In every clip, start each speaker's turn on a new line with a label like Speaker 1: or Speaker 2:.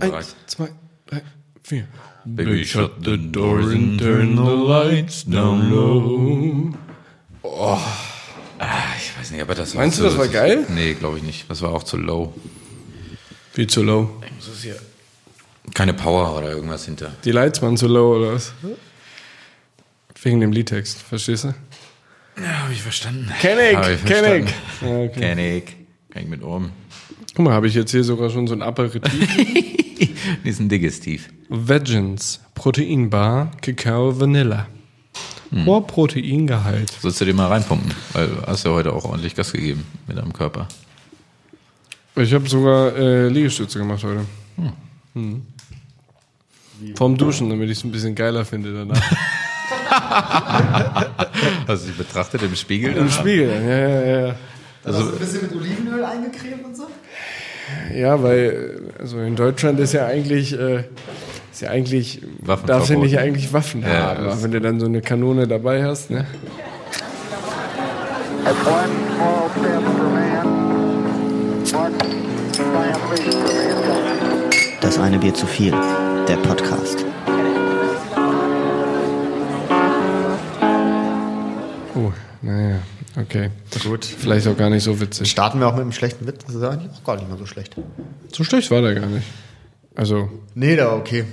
Speaker 1: Eins, zwei, drei, vier.
Speaker 2: Baby, shut the doors and turn the lights down low. Ah, ich weiß nicht, aber das war
Speaker 1: Meinst du,
Speaker 2: zu-
Speaker 1: das war geil?
Speaker 2: Nee, glaube ich nicht. Das war auch zu low.
Speaker 1: Viel zu low.
Speaker 2: Keine Power oder irgendwas hinter.
Speaker 1: Die Lights waren zu low oder was? Wegen dem Liedtext, verstehst du?
Speaker 2: Ja, habe ich verstanden.
Speaker 1: Kenn ich, kenn ich. Ja, okay.
Speaker 2: Kenn ich. Kann ich mit Ohren.
Speaker 1: Guck mal, habe ich jetzt hier sogar schon so ein Aperitif.
Speaker 2: Die ist ein Digestiv.
Speaker 1: Vegans, Proteinbar, Kakao, Vanilla. Hoher Proteingehalt.
Speaker 2: Sollst du dir mal reinpumpen, weil du hast ja heute auch ordentlich Gas gegeben mit deinem Körper.
Speaker 1: Ich habe sogar äh, Liegestütze gemacht heute. Hm. Vorm Duschen, damit ich es ein bisschen geiler finde danach.
Speaker 2: Also ich betrachtet im Spiegel.
Speaker 1: Im Spiegel, ja, ja, ja.
Speaker 3: Also, hast du ein bisschen mit Olivenöl eingecremt und so?
Speaker 1: Ja, weil äh, also in Deutschland ist ja eigentlich, äh, ist ja eigentlich,
Speaker 2: Waffen
Speaker 1: darfst ja nicht
Speaker 2: verboten.
Speaker 1: eigentlich Waffen haben.
Speaker 2: das-
Speaker 1: Aber wenn du dann so eine Kanone dabei hast, ne?
Speaker 4: That's one small step for man, one giant leap for mankind.
Speaker 5: Das eine Bier zu viel. Der Podcast.
Speaker 1: Oh, naja, okay. Gut. Vielleicht auch gar nicht so witzig.
Speaker 3: Starten wir auch mit einem schlechten Witz? Das ist eigentlich auch gar nicht mal so schlecht.
Speaker 1: So schlecht war der gar nicht. Also,
Speaker 3: Nee, da war okay.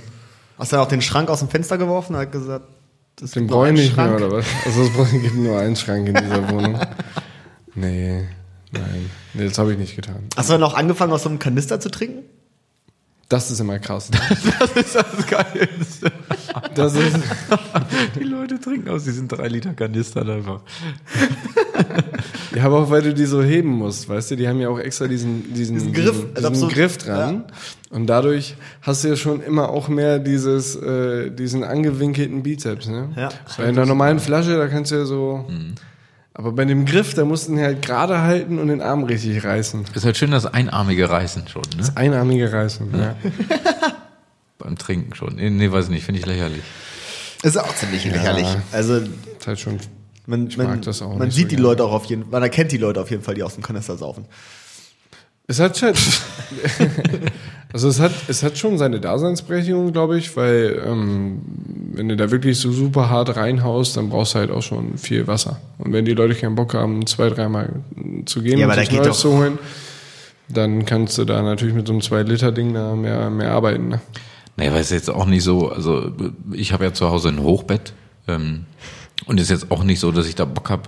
Speaker 3: Hast du dann auch den Schrank aus dem Fenster geworfen und hat gesagt, das
Speaker 1: Den
Speaker 3: gibt nur
Speaker 1: brauche ich
Speaker 3: einen
Speaker 1: nicht mehr,
Speaker 3: Schrank.
Speaker 1: oder was? Also es braucht- gibt nur einen Schrank in dieser Wohnung. Nee, nein. Nee, das habe ich nicht getan.
Speaker 3: Hast du dann auch angefangen, aus so einem Kanister zu trinken?
Speaker 1: Das ist immer krass.
Speaker 2: Das ist das Geilste.
Speaker 1: Das ist,
Speaker 2: Die Leute trinken aus diesen 3-Liter-Kanistern einfach.
Speaker 1: ja, aber auch weil du die so heben musst, weißt du, die haben ja auch extra diesen, diesen,
Speaker 3: Diesen Griff,
Speaker 1: diesen,
Speaker 3: als ob so-
Speaker 1: Griff dran. Und dadurch hast du ja schon immer auch mehr dieses, äh, diesen angewinkelten Bizeps, ne?
Speaker 3: Ja. Mhm.
Speaker 1: Bei einer normalen Flasche, da kannst du ja so, aber bei dem Griff, da musst du ihn halt gerade halten und den Arm richtig reißen.
Speaker 2: Ist halt schön, dass einarmige reißen schon, ne?
Speaker 1: Einarmige reißen, ja.
Speaker 2: Beim Trinken schon. Nee, Nee, weiß nicht, finde ich lächerlich.
Speaker 3: Ist auch ziemlich lächerlich. Also,
Speaker 1: Ist halt schon
Speaker 3: man, man,
Speaker 1: mag das auch
Speaker 3: man
Speaker 1: nicht
Speaker 3: sieht
Speaker 1: so
Speaker 3: die
Speaker 1: gerne.
Speaker 3: Leute auch auf jeden Fall, man erkennt die Leute auf jeden Fall, die aus dem Kanister saufen.
Speaker 1: Es hat schon, also es hat, es hat schon seine Daseinsberechtigung, glaube ich, weil ähm, wenn du da wirklich so super hart reinhaust, dann brauchst du halt auch schon viel Wasser. Und wenn die Leute keinen Bock haben, zwei, dreimal zu gehen
Speaker 3: Ja,
Speaker 1: und
Speaker 3: aber da
Speaker 1: sich
Speaker 3: geht
Speaker 1: Neues
Speaker 3: doch-
Speaker 1: zu holen, dann kannst du da natürlich mit so einem 2-Liter-Ding da mehr, mehr arbeiten. Ne?
Speaker 2: Naja, weiß jetzt auch nicht so, also ich habe ja zu Hause ein Hochbett ähm, und ist jetzt auch nicht so, dass ich da Bock habe,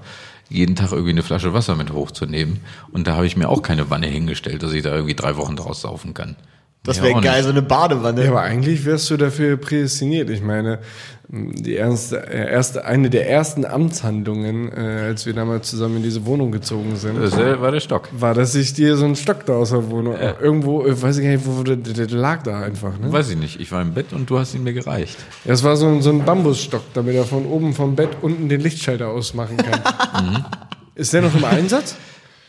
Speaker 2: jeden Tag irgendwie eine Flasche Wasser mit hochzunehmen. Und da habe ich mir auch keine Wanne hingestellt, dass ich da irgendwie drei Wochen draus saufen kann.
Speaker 3: Das
Speaker 2: Ja,
Speaker 3: wäre
Speaker 2: auch
Speaker 3: geil,
Speaker 2: nicht.
Speaker 3: so eine Badewanne.
Speaker 1: Ja, aber eigentlich wärst du dafür prädestiniert. Ich meine, die erste, erste, eine der ersten Amtshandlungen, äh, als wir damals zusammen in diese Wohnung gezogen sind.
Speaker 2: Das äh, war der Stock.
Speaker 1: war, dass ich dir so einen Stock da aus der Wohnung, irgendwo, äh, weiß ich gar nicht, wo der, der, der lag da einfach, ne?
Speaker 2: Weiß ich nicht, ich war im Bett und du hast ihn mir gereicht.
Speaker 1: Das war so ein, so ein Bambusstock, damit er von oben vom Bett unten den Lichtschalter ausmachen kann. Ist der noch im Einsatz?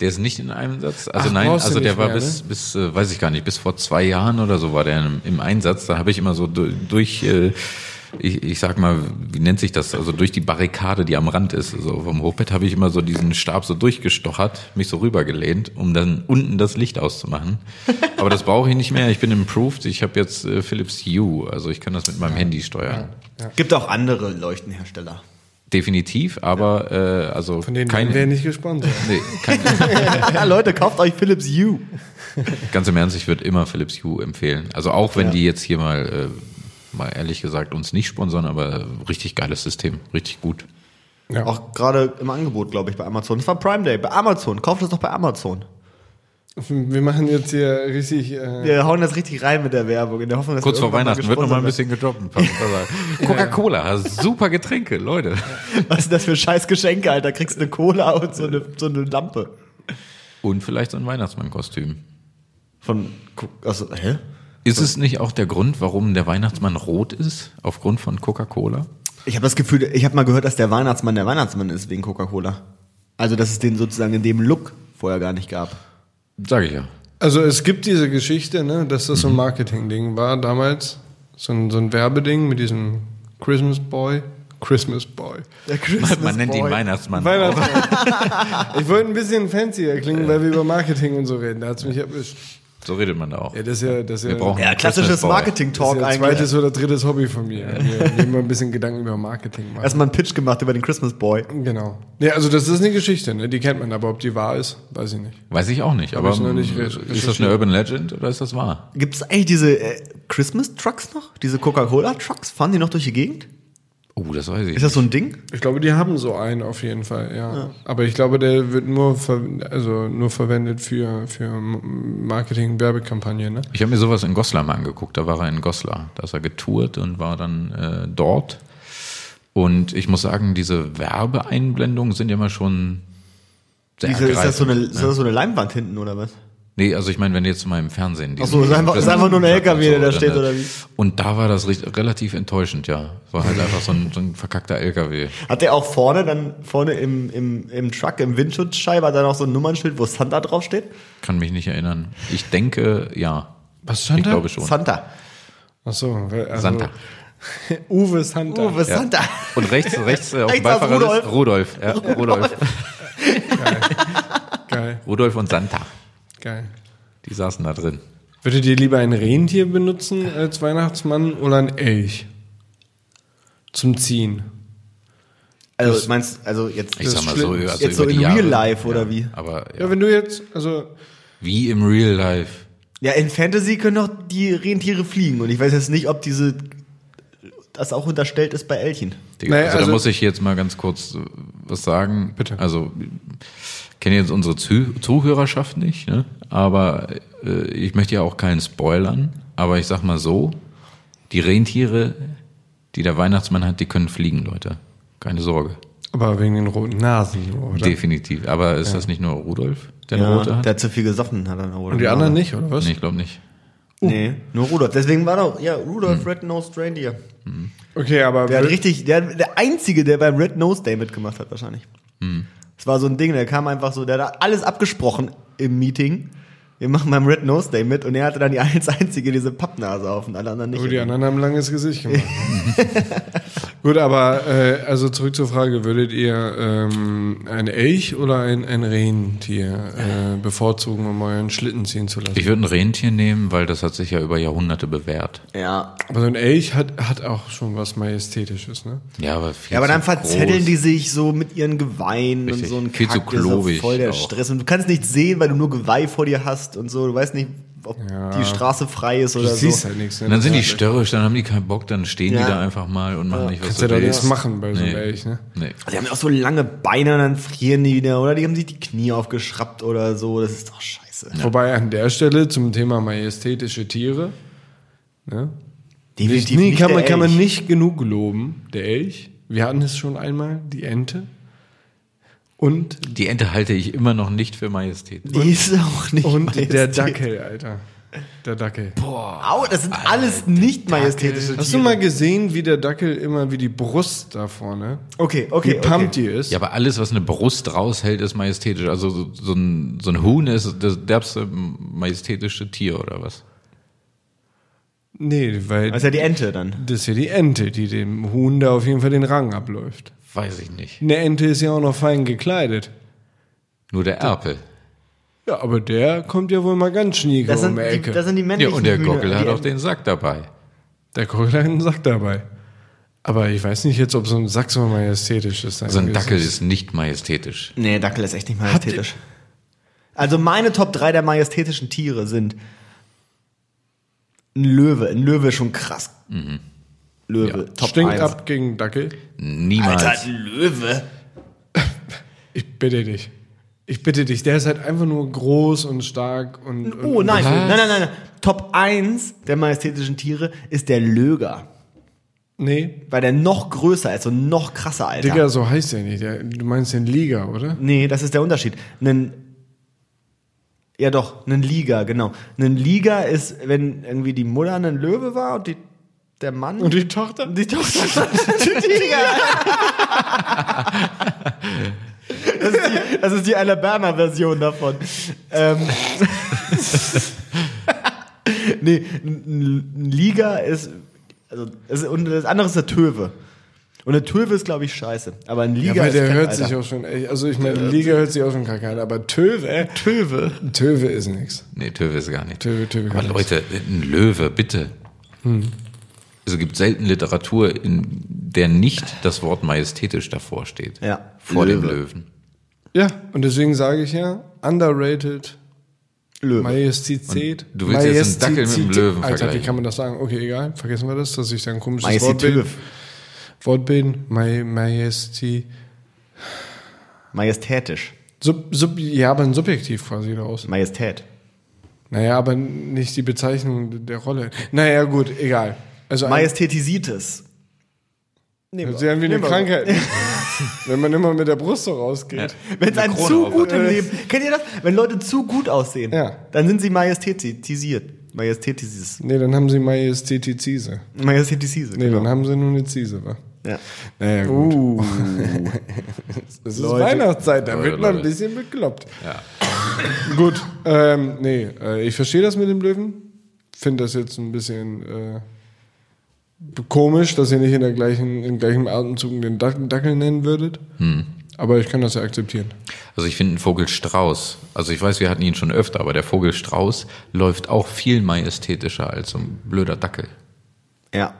Speaker 2: Der ist nicht in einem Satz. Also
Speaker 1: Ach,
Speaker 2: nein,
Speaker 1: brauchst du
Speaker 2: also der
Speaker 1: nicht
Speaker 2: war
Speaker 1: mehr, ne?
Speaker 2: bis, bis äh, weiß ich gar nicht, bis vor zwei Jahren oder so war der im, im Einsatz. Da habe ich immer so du- durch, äh, ich, ich sag mal, wie nennt sich das? Also durch die Barrikade, die am Rand ist, so vom Hochbett, habe ich immer so diesen Stab so durchgestochert, mich so rübergelehnt, um dann unten das Licht auszumachen. Aber das brauche ich nicht mehr. Ich bin improved. Ich habe jetzt äh, Philips Hue, also ich kann das mit meinem Handy steuern.
Speaker 3: Gibt auch andere Leuchtenhersteller.
Speaker 2: Definitiv, aber äh, also
Speaker 1: Von denen
Speaker 2: kein,
Speaker 1: werden wir nicht gespannt.
Speaker 2: nee, kein
Speaker 3: Leute, kauft euch Philips Hue.
Speaker 2: Ganz im Ernst, ich würde immer Philips Hue empfehlen. Also auch wenn die jetzt hier mal, äh, mal ehrlich gesagt uns nicht sponsern, aber richtig geiles System, richtig gut.
Speaker 1: Ja.
Speaker 3: Auch gerade im Angebot, glaube ich, bei Amazon. Das war Prime Day. Bei Amazon. Kauft es doch bei Amazon.
Speaker 1: Wir machen jetzt hier richtig, äh,
Speaker 3: Wir hauen das richtig rein mit der Werbung. In der Hoffnung, dass
Speaker 2: Kurz
Speaker 3: wir
Speaker 2: vor
Speaker 3: irgendwann mal
Speaker 2: Weihnachten wird noch mal ein
Speaker 3: gesponsert
Speaker 2: bisschen gedroppt. Coca-Cola, super Getränke, Leute.
Speaker 3: werden. Was sind das für scheiß Geschenke, Alter? Kriegst eine Cola und so eine, so eine Lampe.
Speaker 2: Und vielleicht so ein Weihnachtsmann-Kostüm.
Speaker 3: Von. Ko- Also, hä?
Speaker 2: Ist es nicht auch der Grund, warum der Weihnachtsmann rot ist? Aufgrund von Coca-Cola?
Speaker 3: Ich habe das Gefühl, ich habe mal gehört, dass der Weihnachtsmann der Weihnachtsmann ist wegen Coca-Cola. Also, dass es den sozusagen in dem Look vorher gar nicht gab.
Speaker 2: Sage ich ja.
Speaker 1: also es gibt diese Geschichte, ne, dass das so ein Marketing-Ding war damals, so ein, so ein Werbeding mit diesem Christmas Boy, Christmas Boy.
Speaker 3: Der Christmas
Speaker 2: Man, man nennt ihn
Speaker 3: Boy.
Speaker 2: Weihnachtsmann.
Speaker 1: Weihnachtsmann. ich wollte ein bisschen fancier klingen, weil wir über Marketing und so reden. Da hat es mich erwischt.
Speaker 2: So redet man da auch.
Speaker 1: Ja, das ist ja, das ist
Speaker 2: Wir
Speaker 1: ja,
Speaker 2: brauchen
Speaker 1: das
Speaker 3: Ja,
Speaker 2: einen
Speaker 3: klassisches
Speaker 2: Business Boy.
Speaker 1: ist
Speaker 3: Marketing-Talk
Speaker 1: ja
Speaker 3: eigentlich.
Speaker 1: zweites oder drittes Hobby von mir. Mir mir immer ein bisschen Gedanken über Marketing machen.
Speaker 3: Erstmal einen Pitch gemacht über den Christmas Boy.
Speaker 1: Genau. Nee, also das ist eine Geschichte, ne? die kennt man, aber ob die wahr ist, weiß ich nicht.
Speaker 2: Weiß ich auch nicht, aber
Speaker 1: ich noch nicht re-
Speaker 2: ist das
Speaker 1: recherchiert.
Speaker 2: eine Urban Legend oder ist das wahr?
Speaker 3: Gibt es eigentlich diese äh, Christmas-Trucks noch? Diese Coca-Cola-Trucks? Fahren die noch durch die Gegend?
Speaker 2: Oh, das weiß ich.
Speaker 3: Ist das so ein Ding?
Speaker 1: Ich glaube, die haben so einen auf jeden Fall, ja. Aber ich glaube, der wird nur, ver also nur verwendet für, für Marketing-Werbekampagnen, ne?
Speaker 2: Ich habe mir sowas in Goslar mal angeguckt. Da war er in Goslar. Da ist er getourt und war dann äh, dort. Und ich muss sagen, diese Werbeeinblendungen sind ja immer schon sehr
Speaker 3: Diese, ist, das so eine,
Speaker 2: ergreifend,
Speaker 3: ist
Speaker 2: ne?
Speaker 3: das so eine Leinwand hinten oder was?
Speaker 2: Nee, also ich meine, wenn du jetzt mal im Fernsehen... ne?
Speaker 3: Ach so, ist einfach- ist einfach nur ein LKW, der da steht, oder wie?
Speaker 2: Und da war das richt- relativ enttäuschend, ja. Es war halt einfach so ein, so ein verkackter LKW.
Speaker 3: Hat der auch vorne dann vorne im, im, im Truck, im Windschutzscheibe, hat er noch so ein Nummernschild, wo Santa draufsteht?
Speaker 2: Kann mich nicht erinnern. Ich denke, ja.
Speaker 1: Was stand
Speaker 2: ich
Speaker 1: da?
Speaker 2: glaube schon.
Speaker 3: Santa.
Speaker 1: Ach so, also
Speaker 2: Santa.
Speaker 1: Uwe Santa.
Speaker 3: Uwe
Speaker 2: Ja.
Speaker 3: Santa.
Speaker 2: Und rechts, rechts äh, auf dem
Speaker 3: Rechts saß
Speaker 2: Beifahrersitz Rudolf. Ja, Rudolf.
Speaker 1: Geil,
Speaker 2: Rudolf und Santa.
Speaker 1: geil.
Speaker 2: Die saßen da drin.
Speaker 1: Würdet ihr lieber ein Rentier benutzen als Weihnachtsmann oder ein Elch? Zum Ziehen.
Speaker 3: Also, meinst, also jetzt,
Speaker 2: Ich
Speaker 1: Das
Speaker 2: sag mal
Speaker 1: ist
Speaker 2: so,
Speaker 1: schlimm.
Speaker 2: also
Speaker 3: jetzt so
Speaker 2: über
Speaker 3: in
Speaker 2: die Jahre,
Speaker 3: real life oder wie?
Speaker 2: Aber
Speaker 1: Ja,
Speaker 2: ja,
Speaker 1: wenn du jetzt, also,
Speaker 2: wie im Real Life.
Speaker 3: Ja, in Fantasy können doch die Rentiere fliegen und ich weiß jetzt nicht, ob diese, das auch unterstellt ist bei Elchen.
Speaker 2: Digga,
Speaker 1: Naja,
Speaker 2: also,
Speaker 1: also-
Speaker 2: da muss ich jetzt mal ganz kurz äh, was sagen.
Speaker 1: Bitte.
Speaker 2: Also kenne jetzt unsere Zuh Zuhörerschaft nicht, ne? aber äh, ich möchte ja auch keinen spoilern. Aber ich sag mal so, die Rentiere, die der Weihnachtsmann hat, die können fliegen, Leute. Keine Sorge.
Speaker 1: aber wegen den roten Nasen, oder?
Speaker 2: Definitiv. Aber ist das nicht nur Rudolf, der eine rote hat?
Speaker 3: der hat zu viel gesoffen, hat er noch, oder?
Speaker 1: Und die anderen nicht, Uh. oder was?
Speaker 2: Nee, ich glaube nicht.
Speaker 3: Nee, nur Rudolf. Deswegen war doch, ja, Rudolf
Speaker 2: Hm.
Speaker 3: Red-Nosed Reindeer.
Speaker 1: Okay, aber
Speaker 3: Der hat
Speaker 1: wür-
Speaker 3: richtig, der, der Einzige, der beim Red Nose Day mitgemacht hat, wahrscheinlich.
Speaker 2: Hm.
Speaker 3: Es war so ein Ding, der kam einfach so, der hat alles abgesprochen im Meeting. Wir machen beim Red Nose Day mit und er hatte dann die als Einzige diese Pappnase auf und alle anderen nicht.
Speaker 1: Oh, die anderen haben ein langes Gesicht gemacht. Gut, aber äh, also zurück zur Frage, würdet ihr ähm, ein Elch oder ein, ein Rentier äh, bevorzugen, um euren Schlitten ziehen zu lassen?
Speaker 2: Ich würde ein Rentier nehmen, weil das hat sich ja über Jahrhunderte bewährt.
Speaker 3: ja.
Speaker 1: Aber so ein Elch hat, hat auch schon was Majestätisches, ne?
Speaker 2: Ja, aber, viel
Speaker 3: ja, aber
Speaker 2: zu
Speaker 3: dann verzetteln
Speaker 2: groß.
Speaker 3: die sich so mit ihren Geweihen und
Speaker 2: Richtig.
Speaker 3: so ein
Speaker 2: Viel zu
Speaker 3: Kack, das ist doch
Speaker 2: klobig
Speaker 3: voll der
Speaker 2: auch.
Speaker 3: Stress. Und du kannst nichts sehen, weil du nur Geweih vor dir hast und so. Du weißt nicht, ob
Speaker 1: Ja.
Speaker 3: die Straße frei ist oder
Speaker 1: Du siehst
Speaker 3: so.
Speaker 1: halt nichts. Ne?
Speaker 2: Und dann sind die störrisch, dann haben die keinen Bock, dann stehen
Speaker 3: Ja.
Speaker 2: die da einfach mal und machen nicht was
Speaker 1: Kannst ja da nichts
Speaker 2: willst.
Speaker 1: machen bei so einem
Speaker 2: Nee.
Speaker 1: Elch, ne?
Speaker 2: Nee.
Speaker 3: Die haben ja auch so lange Beine und dann frieren die wieder oder die haben sich die Knie aufgeschraubt oder so. Das ist doch scheiße.
Speaker 1: Wobei an der Stelle zum Thema majestätische Tiere, ne?
Speaker 3: Definitiv
Speaker 1: nee, kann,
Speaker 3: der
Speaker 1: man, kann man
Speaker 3: Elch.
Speaker 1: nicht genug loben. Der Elch, wir hatten es schon einmal, die Ente. Und
Speaker 2: Die Ente halte ich immer noch nicht für Majestät.
Speaker 3: Die ist auch nicht
Speaker 1: Und der
Speaker 3: majestätisch.
Speaker 1: Dackel, Alter. Der Dackel.
Speaker 3: Au, das sind alles nicht majestätische Tiere.
Speaker 1: Hast du mal gesehen, wie der Dackel immer wie die Brust da vorne,
Speaker 3: Okay,
Speaker 1: wie
Speaker 3: okay, okay.
Speaker 1: pumped die ist?
Speaker 2: Ja, aber alles, was eine Brust raushält, ist majestätisch. Also so, so, ein, so ein Huhn ist das derbste majestätische Tier oder was?
Speaker 1: Nee, weil
Speaker 3: Das ist ja die Ente dann.
Speaker 1: das ist ja die Ente, die dem Huhn da auf jeden Fall den Rang abläuft.
Speaker 2: Weiß ich nicht.
Speaker 1: Eine Ente ist ja auch noch fein gekleidet.
Speaker 2: Nur der Erpel.
Speaker 1: Ja, aber der kommt ja wohl mal ganz schnieke
Speaker 3: Das
Speaker 1: um
Speaker 3: sind,
Speaker 1: die
Speaker 3: die,
Speaker 1: Ecke.
Speaker 3: das sind die
Speaker 2: Ja,
Speaker 3: männlichen
Speaker 2: und der
Speaker 3: Hühner,
Speaker 2: Gockel hat
Speaker 3: die
Speaker 2: auch
Speaker 3: Enten.
Speaker 2: den Sack dabei.
Speaker 1: der guckt hat einen Sack dabei. Aber ich weiß nicht jetzt, ob so ein Sack so majestätisch ist.
Speaker 2: So ein Dackel ist nicht majestätisch.
Speaker 3: Nee, Dackel ist echt nicht majestätisch. Also meine Top 3 der majestätischen Tiere sind ein Löwe. Ein Löwe ist schon krass. Löwe, Top
Speaker 1: Mhm. Stinkt
Speaker 3: 1.
Speaker 1: ab gegen Dackel.
Speaker 2: Niemals.
Speaker 3: Alter, ein Löwe.
Speaker 1: Ich bitte dich. Ich bitte dich. Der ist halt einfach nur groß und stark und. und
Speaker 3: Oh
Speaker 1: und
Speaker 3: nein,
Speaker 2: Was?
Speaker 3: nein, nein, nein, nein. Top 1 der majestätischen Tiere ist der Löger.
Speaker 1: Nee,
Speaker 3: Weil der noch größer ist und noch krasser, Alter.
Speaker 1: Digga, so heißt der nicht. Der, du meinst den Liga, oder?
Speaker 3: Nee, das ist der Unterschied. Nen, ja doch, nen Liga, genau. Nen Liga ist, wenn irgendwie die Mutter ein Löwe war und die, der Mann...
Speaker 1: Und die Tochter?
Speaker 3: die Tochter... die Liga. Das ist die, das ist die Alabama-Version davon. Ähm, nee, ein Liga ist... Also, das, und das andere ist der Töwe. Und eine Töwe ist, glaube ich, scheiße. Aber ein Liga
Speaker 1: Ja, weil
Speaker 3: ist
Speaker 1: der
Speaker 3: kein
Speaker 1: hört
Speaker 3: Alter.
Speaker 1: sich auch schon, echt- also ich meine, Liga hört sich auch schon kacke an, aber Töwe,
Speaker 3: Töwe.
Speaker 1: Töwe ist nix.
Speaker 2: Nee, Töwe ist gar nicht.
Speaker 1: Töwe, Töwe
Speaker 2: Aber
Speaker 1: gar nicht.
Speaker 2: Leute, ein Löwe, bitte.
Speaker 1: Hm.
Speaker 2: Also Es gibt selten Literatur, in der nicht das Wort majestätisch davor steht.
Speaker 3: Ja.
Speaker 2: Vor dem
Speaker 3: Löwe.
Speaker 2: Löwen.
Speaker 1: Ja, und deswegen sage ich ja, underrated
Speaker 3: Löwe.
Speaker 1: Majestizität.
Speaker 2: Und du willst jetzt einen Dackel mit einem
Speaker 1: Majestizität-
Speaker 2: Löwen
Speaker 1: Alter, wie
Speaker 2: vergleichen.
Speaker 1: kann man das sagen? Okay, egal, vergessen wir das, dass ich da ein komisches Wort
Speaker 3: Majestät.
Speaker 1: bin. Wort bin, Maj Majesti,
Speaker 3: Majestätisch.
Speaker 1: sub, sub, ja, aber ein Subjektiv quasi daraus.
Speaker 3: Majestät.
Speaker 1: Naja, aber nicht die Bezeichnung der Rolle. Naja, gut, egal. Also ein-
Speaker 3: Majestätisitis.
Speaker 1: Das ist ja wie eine Krankheit. Wenn man immer mit der Brust so rausgeht.
Speaker 3: Wenn es einem
Speaker 2: Krone
Speaker 3: zu
Speaker 2: auf.
Speaker 3: gut im Leben. Kennt ihr das? Wenn Leute zu gut aussehen,
Speaker 1: Äh. Ja.
Speaker 3: dann sind sie majestätisiert. Majestätisis.
Speaker 1: Nee, dann haben sie Majestätizise.
Speaker 3: Majestätisise.
Speaker 1: Nee, dann haben sie nur eine Zise, wa?
Speaker 3: genau. Ja.
Speaker 1: Naja, gut.
Speaker 3: Uh.
Speaker 1: es ist Weihnachtszeit, da
Speaker 2: Leute,
Speaker 1: wird man ein
Speaker 2: Leute.
Speaker 1: bisschen bekloppt.
Speaker 2: Ja.
Speaker 1: Gut, ähm, nee, äh, ich verstehe das mit dem Löwen. Finde das jetzt ein bisschen äh, komisch, dass ihr nicht in der gleichen, im gleichen Atemzug den Dac- Dackel nennen würdet. Aber ich kann das ja akzeptieren.
Speaker 2: Also ich finde einen Vogelstrauß, also ich weiß, wir hatten ihn schon öfter, aber der Vogelstrauß läuft auch viel majestätischer als so ein blöder Dackel.
Speaker 3: ja.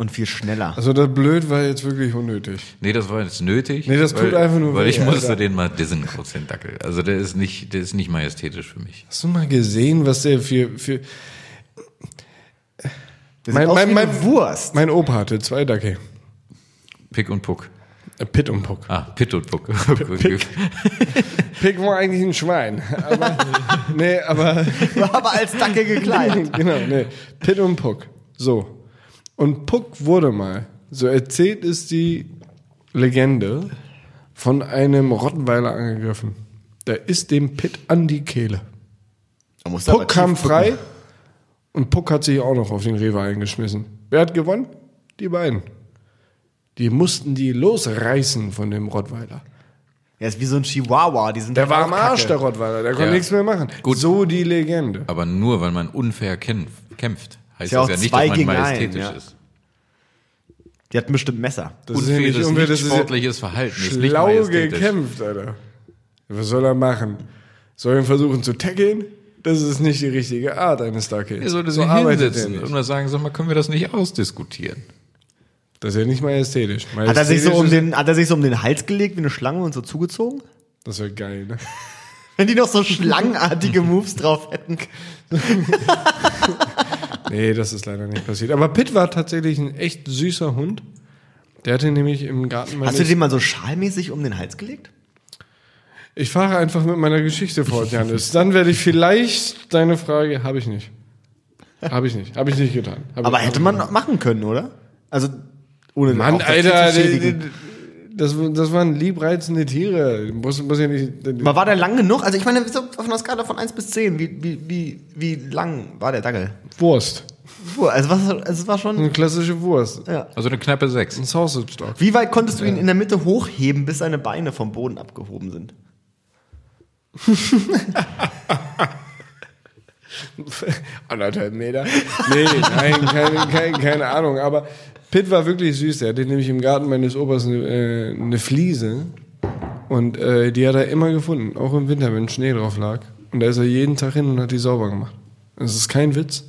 Speaker 3: Und viel schneller.
Speaker 1: Also das Blöd war jetzt wirklich unnötig.
Speaker 2: Nee, das war jetzt nötig.
Speaker 1: Nee, das tut
Speaker 2: weil,
Speaker 1: einfach nur
Speaker 2: Weil
Speaker 1: weh,
Speaker 2: ich musste
Speaker 1: Alter.
Speaker 2: den mal dissen, kurz den Dackel. Also der ist nicht, der ist nicht majestätisch für mich.
Speaker 1: Hast du mal gesehen, was der für, für,
Speaker 3: Der
Speaker 1: Mein-
Speaker 3: sieht aus
Speaker 1: mein-
Speaker 3: wie eine
Speaker 1: mein-
Speaker 3: Wurst.
Speaker 1: Mein Opa hatte zwei Dackel.
Speaker 2: Pick und Puck.
Speaker 1: Äh, Pit und Puck.
Speaker 2: Ah, Pitt und Puck.
Speaker 1: Pick war eigentlich ein Schwein. Aber, nee, aber
Speaker 3: War aber als Dackel gekleidet.
Speaker 1: genau, nee. Pit und Puck. So. Und Puck wurde mal, so erzählt ist die Legende, von einem Rottweiler angegriffen. Der ist dem Pit an die Kehle.
Speaker 3: Da musst du aber
Speaker 1: Puck kam
Speaker 3: tief gucken.
Speaker 1: frei und Puck hat sich auch noch auf den Rewe eingeschmissen. Wer hat gewonnen? Die beiden. Die mussten die losreißen von dem Rottweiler.
Speaker 3: Der ist wie so ein Chihuahua. Die sind
Speaker 1: Der
Speaker 3: halt
Speaker 1: war
Speaker 3: auch
Speaker 1: am Arsch, der
Speaker 3: Kacke.
Speaker 1: Rottweiler. Der konnte
Speaker 2: Ja.
Speaker 1: nichts mehr machen.
Speaker 2: Gut.
Speaker 1: So die Legende.
Speaker 2: Aber nur, weil man unfair kämpf, kämpft, heißt
Speaker 3: Ist ja
Speaker 2: das
Speaker 3: auch
Speaker 2: ja nicht,
Speaker 3: zwei
Speaker 2: dass man
Speaker 3: gegen einen,
Speaker 2: majestätisch
Speaker 3: ja.
Speaker 2: ist.
Speaker 3: Die hatten bestimmt Messer.
Speaker 1: Das ist ja
Speaker 2: Unfaires,
Speaker 1: nicht
Speaker 2: nicht,
Speaker 1: irgendwie- das ist ja
Speaker 2: sportliches Verhalten ist nicht
Speaker 1: schlau
Speaker 2: majestätisch.
Speaker 1: gekämpft, Alter. Was soll er machen? Soll er ihn versuchen zu tackeln? Das ist nicht die richtige Art eines Darkies.
Speaker 2: Er sollte
Speaker 1: so
Speaker 2: sich
Speaker 1: arbeitet er
Speaker 2: hinsetzen und
Speaker 1: nicht.
Speaker 2: mal sagen, sag mal, können wir das nicht ausdiskutieren?
Speaker 1: Das ist ja nicht majestätisch.
Speaker 3: Hat er, sich so um
Speaker 1: Majestätisch ist-
Speaker 3: den, hat er sich so um den Hals gelegt wie eine Schlange und so zugezogen?
Speaker 1: Das wäre geil, ne?
Speaker 3: Wenn die noch so schlangenartige Moves drauf hätten.
Speaker 1: Nee, das ist leider nicht passiert. Aber Pitt war tatsächlich ein echt süßer Hund. Der hatte nämlich im Garten
Speaker 3: Hast du
Speaker 1: meines...
Speaker 3: den mal so schalmäßig um den Hals gelegt?
Speaker 1: Ich fahre einfach mit meiner Geschichte fort, Janis. Dann werde ich vielleicht deine Frage... Habe ich nicht. Habe ich nicht. Habe ich nicht getan. Hab
Speaker 3: Aber
Speaker 1: ich-
Speaker 3: hätte man noch machen können, oder? Also, ohne
Speaker 1: Mann,
Speaker 3: auch das
Speaker 1: Alter,
Speaker 3: Tier zu schädigen.
Speaker 1: das, das waren liebreizende Tiere. Du musst, musst ja nicht.
Speaker 3: Aber war der lang genug? Also, ich meine, so auf einer Skala von 1 bis 10, wie, wie, wie, wie lang war der Dackel?
Speaker 1: Wurst.
Speaker 3: Puh, also, was, also, es war schon.
Speaker 1: Eine klassische Wurst.
Speaker 3: Ja.
Speaker 2: Also eine knappe Sechs.
Speaker 1: Ein Sausage Dog.
Speaker 3: Wie weit konntest du ihn in der Mitte hochheben, bis seine Beine vom Boden abgehoben sind?
Speaker 1: Anderthalb Meter. Nee, nein, keine, keine, keine Ahnung. Aber Pitt war wirklich süß. Er hatte nämlich im Garten meines Opas eine, äh, eine Fliese. Und äh, die hat er immer gefunden. Auch im Winter, wenn Schnee drauf lag. Und da ist er jeden Tag hin und hat die sauber gemacht. Das ist kein Witz.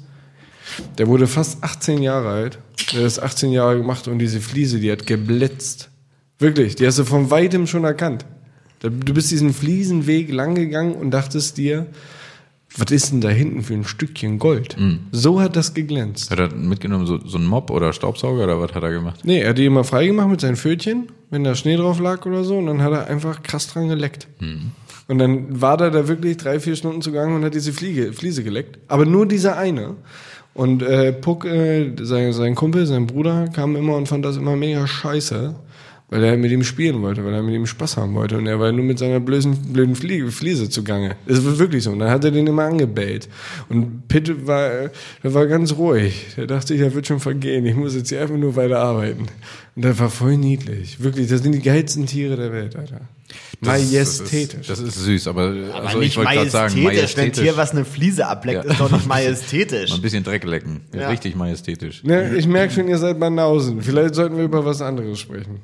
Speaker 1: Der wurde fast 18 Jahre alt. Der hat das 18 Jahre gemacht und diese Fliese, die hat geblitzt. Wirklich, die hast du von weitem schon erkannt. Da- Du bist diesen Fliesenweg lang gegangen und dachtest dir, was ist denn da hinten für ein Stückchen Gold? So hat das geglänzt.
Speaker 2: Hat er mitgenommen so, so einen Mob oder Staubsauger oder was hat er gemacht?
Speaker 1: Nee, er hat die immer freigemacht mit seinen Fötchen, wenn da Schnee drauf lag oder so, und dann hat er einfach krass dran geleckt. Und dann war der da wirklich drei, vier Stunden zugange und hat diese Fliege, Fliese geleckt. Aber nur dieser eine. Und äh, Puck, äh, sein, sein Kumpel, sein Bruder, kam immer und fand das immer mega scheiße. Weil er mit ihm spielen wollte, weil er mit ihm Spaß haben wollte. Und er war nur mit seiner blöden, blöden Flie Fliese zugange. Das war wirklich so. Und dann hat er den immer angebellt. Und Pitt war, der war ganz ruhig. Der dachte, der wird schon vergehen. Ich muss jetzt hier einfach nur weiter arbeiten. Und das war voll niedlich. Wirklich, das sind die geilsten Tiere der Welt, Alter. Majestätisch.
Speaker 2: Das ist, das ist süß, aber,
Speaker 3: Aber
Speaker 2: also ich
Speaker 3: nicht
Speaker 2: wollte gerade
Speaker 3: majestätisch.
Speaker 2: sagen,
Speaker 3: Ein
Speaker 2: majestätisch.
Speaker 3: Tier, was eine Fliese ableckt,
Speaker 2: Ja.
Speaker 3: ist doch nicht majestätisch.
Speaker 2: Mal ein bisschen Dreck lecken.
Speaker 3: Ja.
Speaker 2: Richtig majestätisch.
Speaker 1: Ne, ich merke schon, ihr seid Banausen. Vielleicht sollten wir über was anderes sprechen.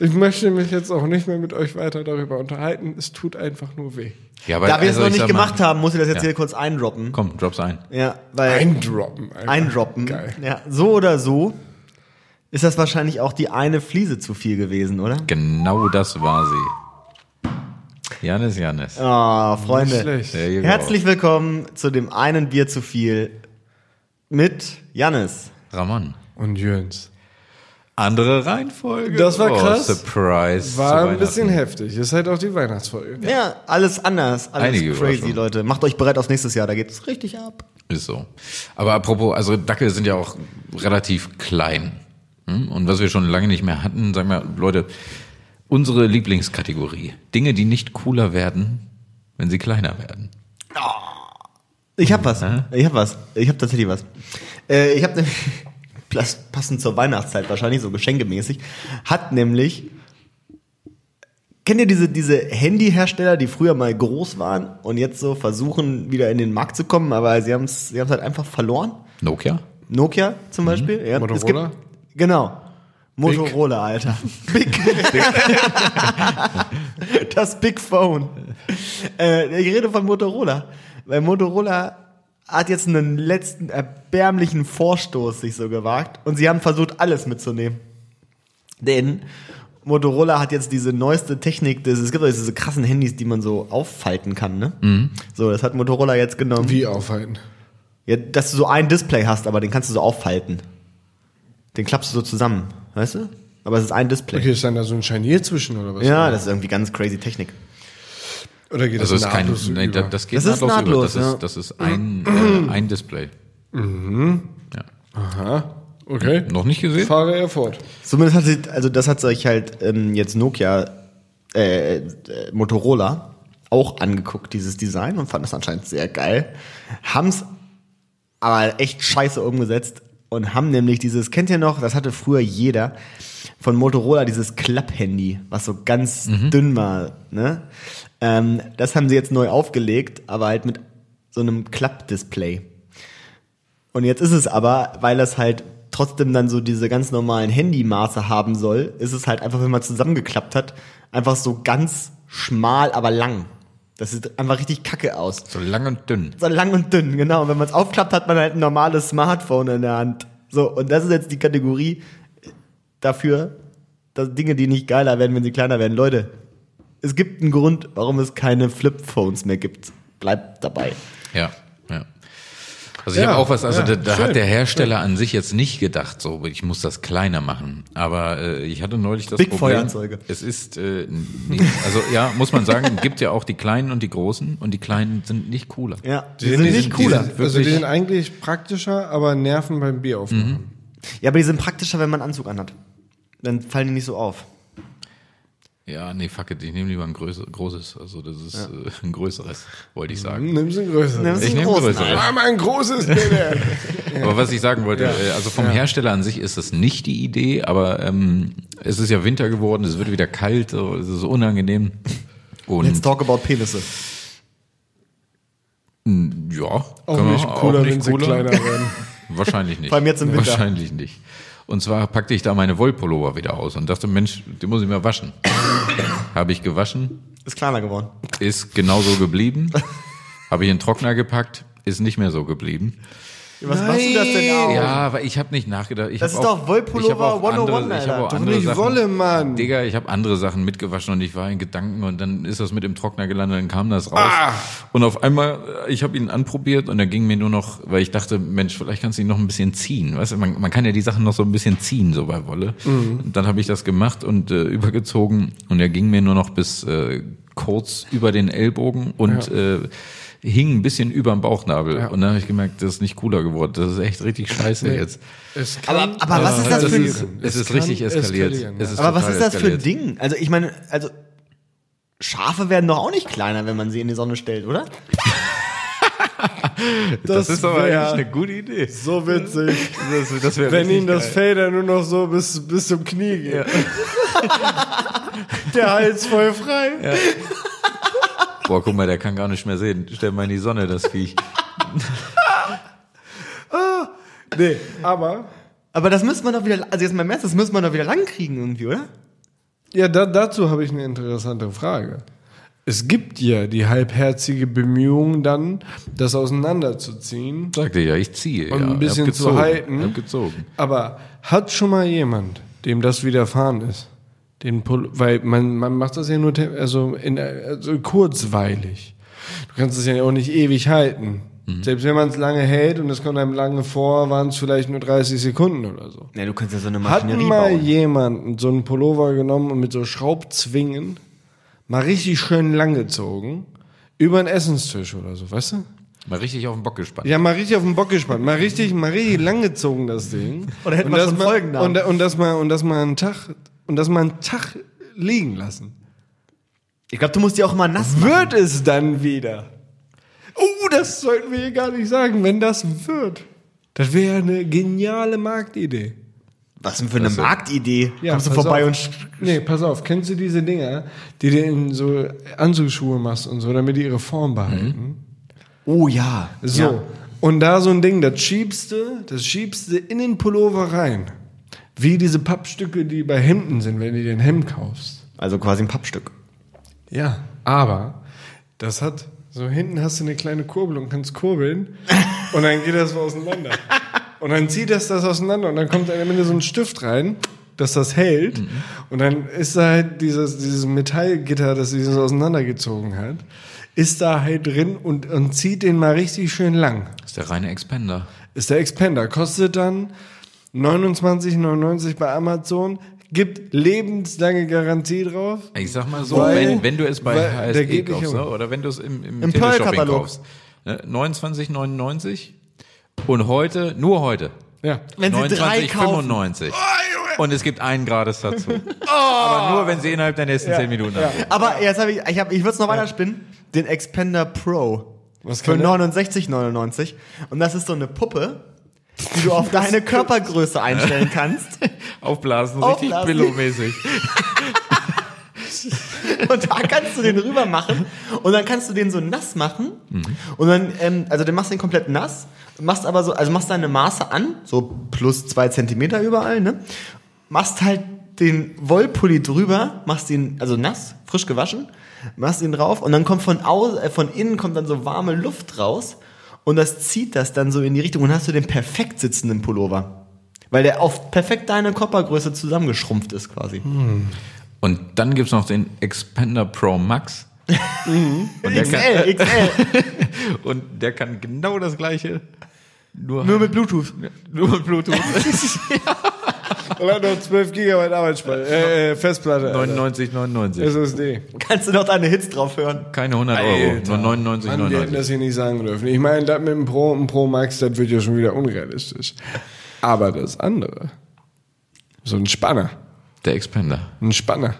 Speaker 1: Ich möchte mich jetzt auch nicht mehr mit euch weiter darüber unterhalten. Es tut einfach nur weh.
Speaker 2: Ja, aber
Speaker 3: da wir es
Speaker 2: also
Speaker 3: noch
Speaker 2: ich
Speaker 3: nicht
Speaker 2: sag mal-
Speaker 3: gemacht haben, muss ich das jetzt
Speaker 2: Ja.
Speaker 3: hier kurz eindroppen.
Speaker 2: Komm, drops ein.
Speaker 3: Ja, weil
Speaker 1: Eindroppen. Alter.
Speaker 3: eindroppen.
Speaker 1: Geil.
Speaker 3: Ja, so oder so ist das wahrscheinlich auch die eine Fliese zu viel gewesen, oder?
Speaker 2: Genau das war sie. Janis, Janis.
Speaker 3: Ah, Freunde.
Speaker 1: Nicht schlecht.
Speaker 2: There you go.
Speaker 3: Herzlich willkommen zu dem einen Bier zu viel mit Jannis.
Speaker 2: Ramon.
Speaker 1: Und Jöns.
Speaker 2: Andere Reihenfolge.
Speaker 1: Das war krass.
Speaker 2: Oh, surprise. zu
Speaker 1: War ein
Speaker 2: Weihnachten.
Speaker 1: bisschen heftig. Ist halt auch die Weihnachtsfolge.
Speaker 3: Ja, alles anders, alles
Speaker 2: Einige
Speaker 3: crazy,
Speaker 2: Überraschungen.
Speaker 3: Leute. Macht euch bereit aufs nächste Jahr, da geht's richtig ab.
Speaker 2: Ist so. Aber apropos, also Dackel sind ja auch relativ klein. Hm? Und was wir schon lange nicht mehr hatten, sagen wir, Leute, unsere Lieblingskategorie. Dinge, die nicht cooler werden, wenn sie kleiner werden.
Speaker 3: Ich hab was. Ich hab was. Ich hab tatsächlich was. Äh, ich hab nämlich, plas- passend zur Weihnachtszeit wahrscheinlich, so geschenkemäßig, hat nämlich, kennt ihr diese, diese Handyhersteller, die früher mal groß waren und jetzt so versuchen, wieder in den Markt zu kommen, aber sie haben's, sie haben's halt einfach verloren?
Speaker 2: Nokia?
Speaker 3: Nokia zum Beispiel. Ja,
Speaker 1: Motorola?
Speaker 3: gibt, genau. Motorola, Alter. Big. das Big Phone. Äh, ich rede von Motorola. Weil Motorola hat jetzt einen letzten erbärmlichen Vorstoß sich so gewagt und sie haben versucht, alles mitzunehmen. Denn Motorola hat jetzt diese neueste Technik, das, es gibt doch diese krassen Handys, die man so auffalten kann, ne? So, das hat Motorola jetzt genommen.
Speaker 1: Wie aufhalten?
Speaker 3: Ja, dass du so ein Display hast, aber den kannst du so auffalten. Den klappst du so zusammen, weißt du? Aber es ist ein Display.
Speaker 1: Okay, ist dann da so ein Scharnier zwischen oder was?
Speaker 3: Ja, das ist irgendwie ganz crazy Technik.
Speaker 1: Oder geht
Speaker 2: Also
Speaker 1: das
Speaker 2: ist kein,
Speaker 1: nahtlos
Speaker 2: nein,
Speaker 1: über?
Speaker 2: das, das geht
Speaker 3: Das ist
Speaker 2: über.
Speaker 3: nahtlos,
Speaker 2: Das ist,
Speaker 3: ja.
Speaker 2: das ist ein, äh, ein Display. Mhm. Ja.
Speaker 1: Aha. Okay.
Speaker 2: Noch nicht gesehen?
Speaker 1: Fahre er fort.
Speaker 3: Zumindest hat sie, also das hat sich halt ähm, jetzt Nokia, äh, äh, Motorola auch angeguckt, dieses Design, und fand das anscheinend sehr geil. Haben's aber echt scheiße umgesetzt und haben nämlich dieses, kennt ihr noch, das hatte früher jeder, von Motorola dieses Klapp-Handy, was so ganz dünn war, ne? Ähm, das haben sie jetzt neu aufgelegt, aber halt mit so einem Klapp-Display. Und jetzt ist es aber, weil das halt trotzdem dann so diese ganz normalen Handymaße haben soll, ist es halt einfach, wenn man zusammengeklappt hat, einfach so ganz schmal, aber lang. Das sieht einfach richtig kacke aus.
Speaker 2: So lang und dünn.
Speaker 3: So lang und dünn, genau. Und wenn man es aufklappt, hat man halt ein normales Smartphone in der Hand. So, und das ist jetzt die Kategorie dafür, dass Dinge, die nicht geiler werden, wenn sie kleiner werden. Leute, es gibt einen Grund, warum es keine Flipphones mehr gibt. Bleibt dabei.
Speaker 2: Ja, ja. Also ich
Speaker 1: Ja,
Speaker 2: habe auch was, also
Speaker 1: ja,
Speaker 2: da, da
Speaker 1: schön,
Speaker 2: hat der Hersteller an sich jetzt nicht gedacht, so ich muss das kleiner machen. Aber äh, ich hatte neulich das
Speaker 3: Big
Speaker 2: Problem.
Speaker 3: Feuerzeuge.
Speaker 2: Es ist äh, n- nee, also ja, muss man sagen, gibt ja auch die kleinen und die großen und die kleinen sind nicht cooler.
Speaker 3: Ja, die sind, nicht
Speaker 2: die
Speaker 3: cooler.
Speaker 2: sind
Speaker 1: also die
Speaker 2: wirklich-
Speaker 1: sind eigentlich praktischer, aber nerven beim Bier aufmachen.
Speaker 2: Mhm.
Speaker 3: Ja, aber die sind praktischer, wenn man einen Anzug anhat. Dann fallen die nicht so auf.
Speaker 2: Ja, nee, fuck it, ich nehme lieber ein größer, großes, also das ist äh, ein größeres, wollte ich sagen.
Speaker 1: Nimm sie größer.
Speaker 3: Nimmst
Speaker 2: Ich
Speaker 3: einen
Speaker 2: nehme
Speaker 3: großen,
Speaker 2: größere.
Speaker 1: Ah, mein großes bitte.
Speaker 2: Aber was ich sagen wollte, äh, also vom Hersteller an sich ist das nicht die Idee, aber ähm, es ist ja Winter geworden, es wird wieder kalt, so, es ist unangenehm.
Speaker 3: Let's
Speaker 2: Und
Speaker 3: talk about Penisse.
Speaker 2: ja,
Speaker 1: Auch
Speaker 2: können wir-
Speaker 1: nicht cooler, wenn sie kleiner werden.
Speaker 2: Wahrscheinlich nicht.
Speaker 3: Vor allem jetzt im Winter.
Speaker 2: Wahrscheinlich nicht. Und zwar packte ich da meine Wollpullover wieder aus und dachte, Mensch, die muss ich mal waschen. Habe ich gewaschen,
Speaker 3: Ist kleiner geworden.
Speaker 2: ist genauso geblieben. Habe ich in den Trockner gepackt, ist nicht mehr so geblieben.
Speaker 3: Was machst du das denn auch?
Speaker 2: Ja, aber ich habe nicht nachgedacht. Ich
Speaker 3: Oh. Das
Speaker 2: hab
Speaker 3: ist
Speaker 2: auch,
Speaker 3: doch Wollpullover
Speaker 2: ich hab auch
Speaker 3: 101,
Speaker 2: andere, ich hab
Speaker 3: Alter.
Speaker 2: auch
Speaker 3: Doch
Speaker 2: andere
Speaker 1: nicht
Speaker 2: Sachen,
Speaker 1: Wolle, Mann.
Speaker 2: Digga, ich habe andere Sachen mitgewaschen und ich war in Gedanken und dann ist das mit im Trockner gelandet, dann kam das raus.
Speaker 3: Ah!
Speaker 2: Und auf einmal, äh, ich habe ihn anprobiert und dann ging mir nur noch, weil ich dachte, Mensch, vielleicht kannst du ihn noch ein bisschen ziehen. Weißt du, man, man kann ja die Sachen noch so ein bisschen ziehen, so bei Wolle.
Speaker 3: Mhm.
Speaker 2: Und dann habe ich das gemacht und äh, übergezogen und er ging mir nur noch bis äh, kurz über den Ellbogen und äh, hing ein bisschen über dem Bauchnabel. Und dann habe ich gemerkt, das ist nicht cooler geworden. Das ist echt richtig scheiße
Speaker 1: Nee.
Speaker 2: jetzt.
Speaker 1: Es
Speaker 3: Aber- aber was ist das für ein-
Speaker 1: es
Speaker 2: Es, es ist richtig
Speaker 1: kann
Speaker 2: eskaliert.
Speaker 1: eskalieren,
Speaker 2: Es ist
Speaker 3: Aber was
Speaker 2: total
Speaker 3: ist das für ein
Speaker 2: eskaliert.
Speaker 3: Ding? Also ich meine, also Schafe werden doch auch nicht kleiner, wenn man sie in die Sonne stellt, oder?
Speaker 2: Das, ist aber
Speaker 1: wär-
Speaker 2: eigentlich eine gute Idee.
Speaker 1: So witzig.
Speaker 2: Das, das wär
Speaker 1: Wenn
Speaker 2: richtig
Speaker 1: ihn das
Speaker 2: geil.
Speaker 1: Fell dann nur noch so bis, bis zum Knie geht. Der Hals voll frei.
Speaker 2: Boah, guck mal, der kann gar nicht mehr sehen. Stell mal in die Sonne, das Viech.
Speaker 1: Nee, aber.
Speaker 3: Aber das müsste man doch wieder, also jetzt mal im Ernst, das müsste man doch wieder lang kriegen irgendwie, oder?
Speaker 1: Ja, da, dazu habe ich eine interessante Frage. Es gibt ja die halbherzige Bemühung dann, das auseinanderzuziehen
Speaker 2: Sagte ja, ich ziehe.
Speaker 1: und
Speaker 2: ja.
Speaker 1: ein bisschen
Speaker 2: hab
Speaker 1: zu
Speaker 2: gezogen.
Speaker 1: halten.
Speaker 2: Hab gezogen.
Speaker 1: Aber hat schon mal jemand, dem das widerfahren ist, den Pulli weil man, man macht das ja nur te- also, in, also kurzweilig. Du kannst es ja auch nicht ewig halten. Selbst wenn man es lange hält und es kommt einem lange vor, waren es vielleicht nur 30 Sekunden oder so.
Speaker 3: Ja, du kannst ja so eine
Speaker 1: Hat mal jemand so einen Pullover genommen und mit so Schraubzwingen mal richtig schön lang gezogen über einen Essenstisch oder so, weißt du?
Speaker 2: Mal richtig auf den Bock gespannt.
Speaker 1: Ja, mal richtig auf den Bock gespannt. Mal richtig, mal richtig langgezogen das Ding.
Speaker 3: Oder hätten
Speaker 1: und
Speaker 3: wir
Speaker 1: das
Speaker 3: schon
Speaker 1: mal,
Speaker 3: Folgennamen?
Speaker 1: Und, und das mal, und das mal einen Tag, und das mal einen Tag liegen lassen.
Speaker 3: Ich glaube, du musst die auch mal nass machen.
Speaker 1: Wird es dann wieder? Oh, das sollten wir hier gar nicht sagen, wenn das wird. Das wäre eine geniale Marktidee.
Speaker 3: Was denn für eine
Speaker 2: Also-
Speaker 3: Marktidee?
Speaker 1: Ja,
Speaker 3: Kommst du
Speaker 1: pass
Speaker 3: vorbei
Speaker 1: auf.
Speaker 3: und sch-
Speaker 1: Nee, pass auf, kennst du diese Dinger, die du in so Anzugsschuhe machst und so, damit die ihre Form behalten?
Speaker 3: Oh ja.
Speaker 1: So.
Speaker 3: Ja.
Speaker 1: Und da so ein Ding, das schiebst du, das schiebst du in den Pullover rein. Wie diese Pappstücke, die bei Hemden sind, wenn du dir ein Hemd kaufst.
Speaker 3: Also quasi ein Pappstück.
Speaker 1: Ja. Aber das hat, so hinten hast du eine kleine Kurbel und kannst kurbeln und dann geht das so auseinander. Und dann zieht das das auseinander und dann kommt am Ende so ein Stift rein, dass das hält. Und dann ist da halt dieses, dieses Metallgitter, das dieses auseinandergezogen hat, ist da halt drin und, und zieht den mal richtig schön lang
Speaker 2: Das ist der reine Expander.
Speaker 1: ist der Expander. Kostet dann 29,99 bei Amazon. Gibt lebenslange Garantie drauf.
Speaker 2: Ich sag mal so,
Speaker 1: Weil-
Speaker 2: wenn, wenn du es bei
Speaker 1: weil- der
Speaker 2: HSE
Speaker 1: geht nicht
Speaker 2: kaufst
Speaker 1: um.
Speaker 2: ne, oder wenn du es im, im,
Speaker 3: Im
Speaker 2: Teleshopping
Speaker 3: Pearl-Katalog.
Speaker 2: kaufst. ne, 29,99 und heute, nur heute,
Speaker 1: Ja.
Speaker 3: Wenn sie drei kaufen.
Speaker 2: 29,95. Und es gibt einen gratis dazu.
Speaker 1: Oh.
Speaker 2: Aber nur, wenn sie innerhalb der nächsten 10 Minuten anrufen.
Speaker 3: Aber jetzt habe ich, ich, hab, ich würde es noch weiter spinnen. Den Expander Pro.
Speaker 1: Was
Speaker 3: für
Speaker 1: kann der?
Speaker 3: 69,99. Und das ist so eine Puppe, die du auf deine Körpergröße einstellen kannst.
Speaker 2: Aufblasen,
Speaker 3: Aufblasen.
Speaker 2: richtig Pillow-mäßig.
Speaker 3: Und da kannst du den rüber machen. Und dann kannst du den so nass machen.
Speaker 2: Mhm.
Speaker 3: Und dann, ähm, also dann machst du den komplett nass. Machst aber so, also machst deine Maße an. So plus zwei Zentimeter überall, ne? Machst halt den Wollpulli drüber. Machst ihn, also nass, frisch gewaschen. Machst ihn drauf. Und dann kommt von aus, äh, von innen kommt dann so warme Luft raus. Und das zieht das dann so in die Richtung. Und hast du den perfekt sitzenden Pullover. Weil der auf perfekt deine Körpergröße zusammengeschrumpft ist quasi.
Speaker 2: Und dann gibt's noch den Expander Pro Max. und, der kann,
Speaker 3: XL, XL.
Speaker 2: und der kann genau das gleiche. Nur,
Speaker 3: Nur mit Bluetooth.
Speaker 2: nur mit Bluetooth.
Speaker 1: Und hat noch 12 Gigabyte Arbeitsspeicher. Äh, äh, Festplatte. Alter.
Speaker 2: 99, 99.
Speaker 1: SSD.
Speaker 3: Kannst du noch deine Hits drauf hören?
Speaker 2: Keine 100 Euro, nur 99,
Speaker 1: Mann, wir hätten
Speaker 2: 99.
Speaker 1: das hier nicht sagen dürfen. Ich meine, das mit dem Pro und Pro Max, das wird ja schon wieder unrealistisch. Aber das andere. So ein Spanner.
Speaker 2: Der Expander.
Speaker 1: Ein Spanner.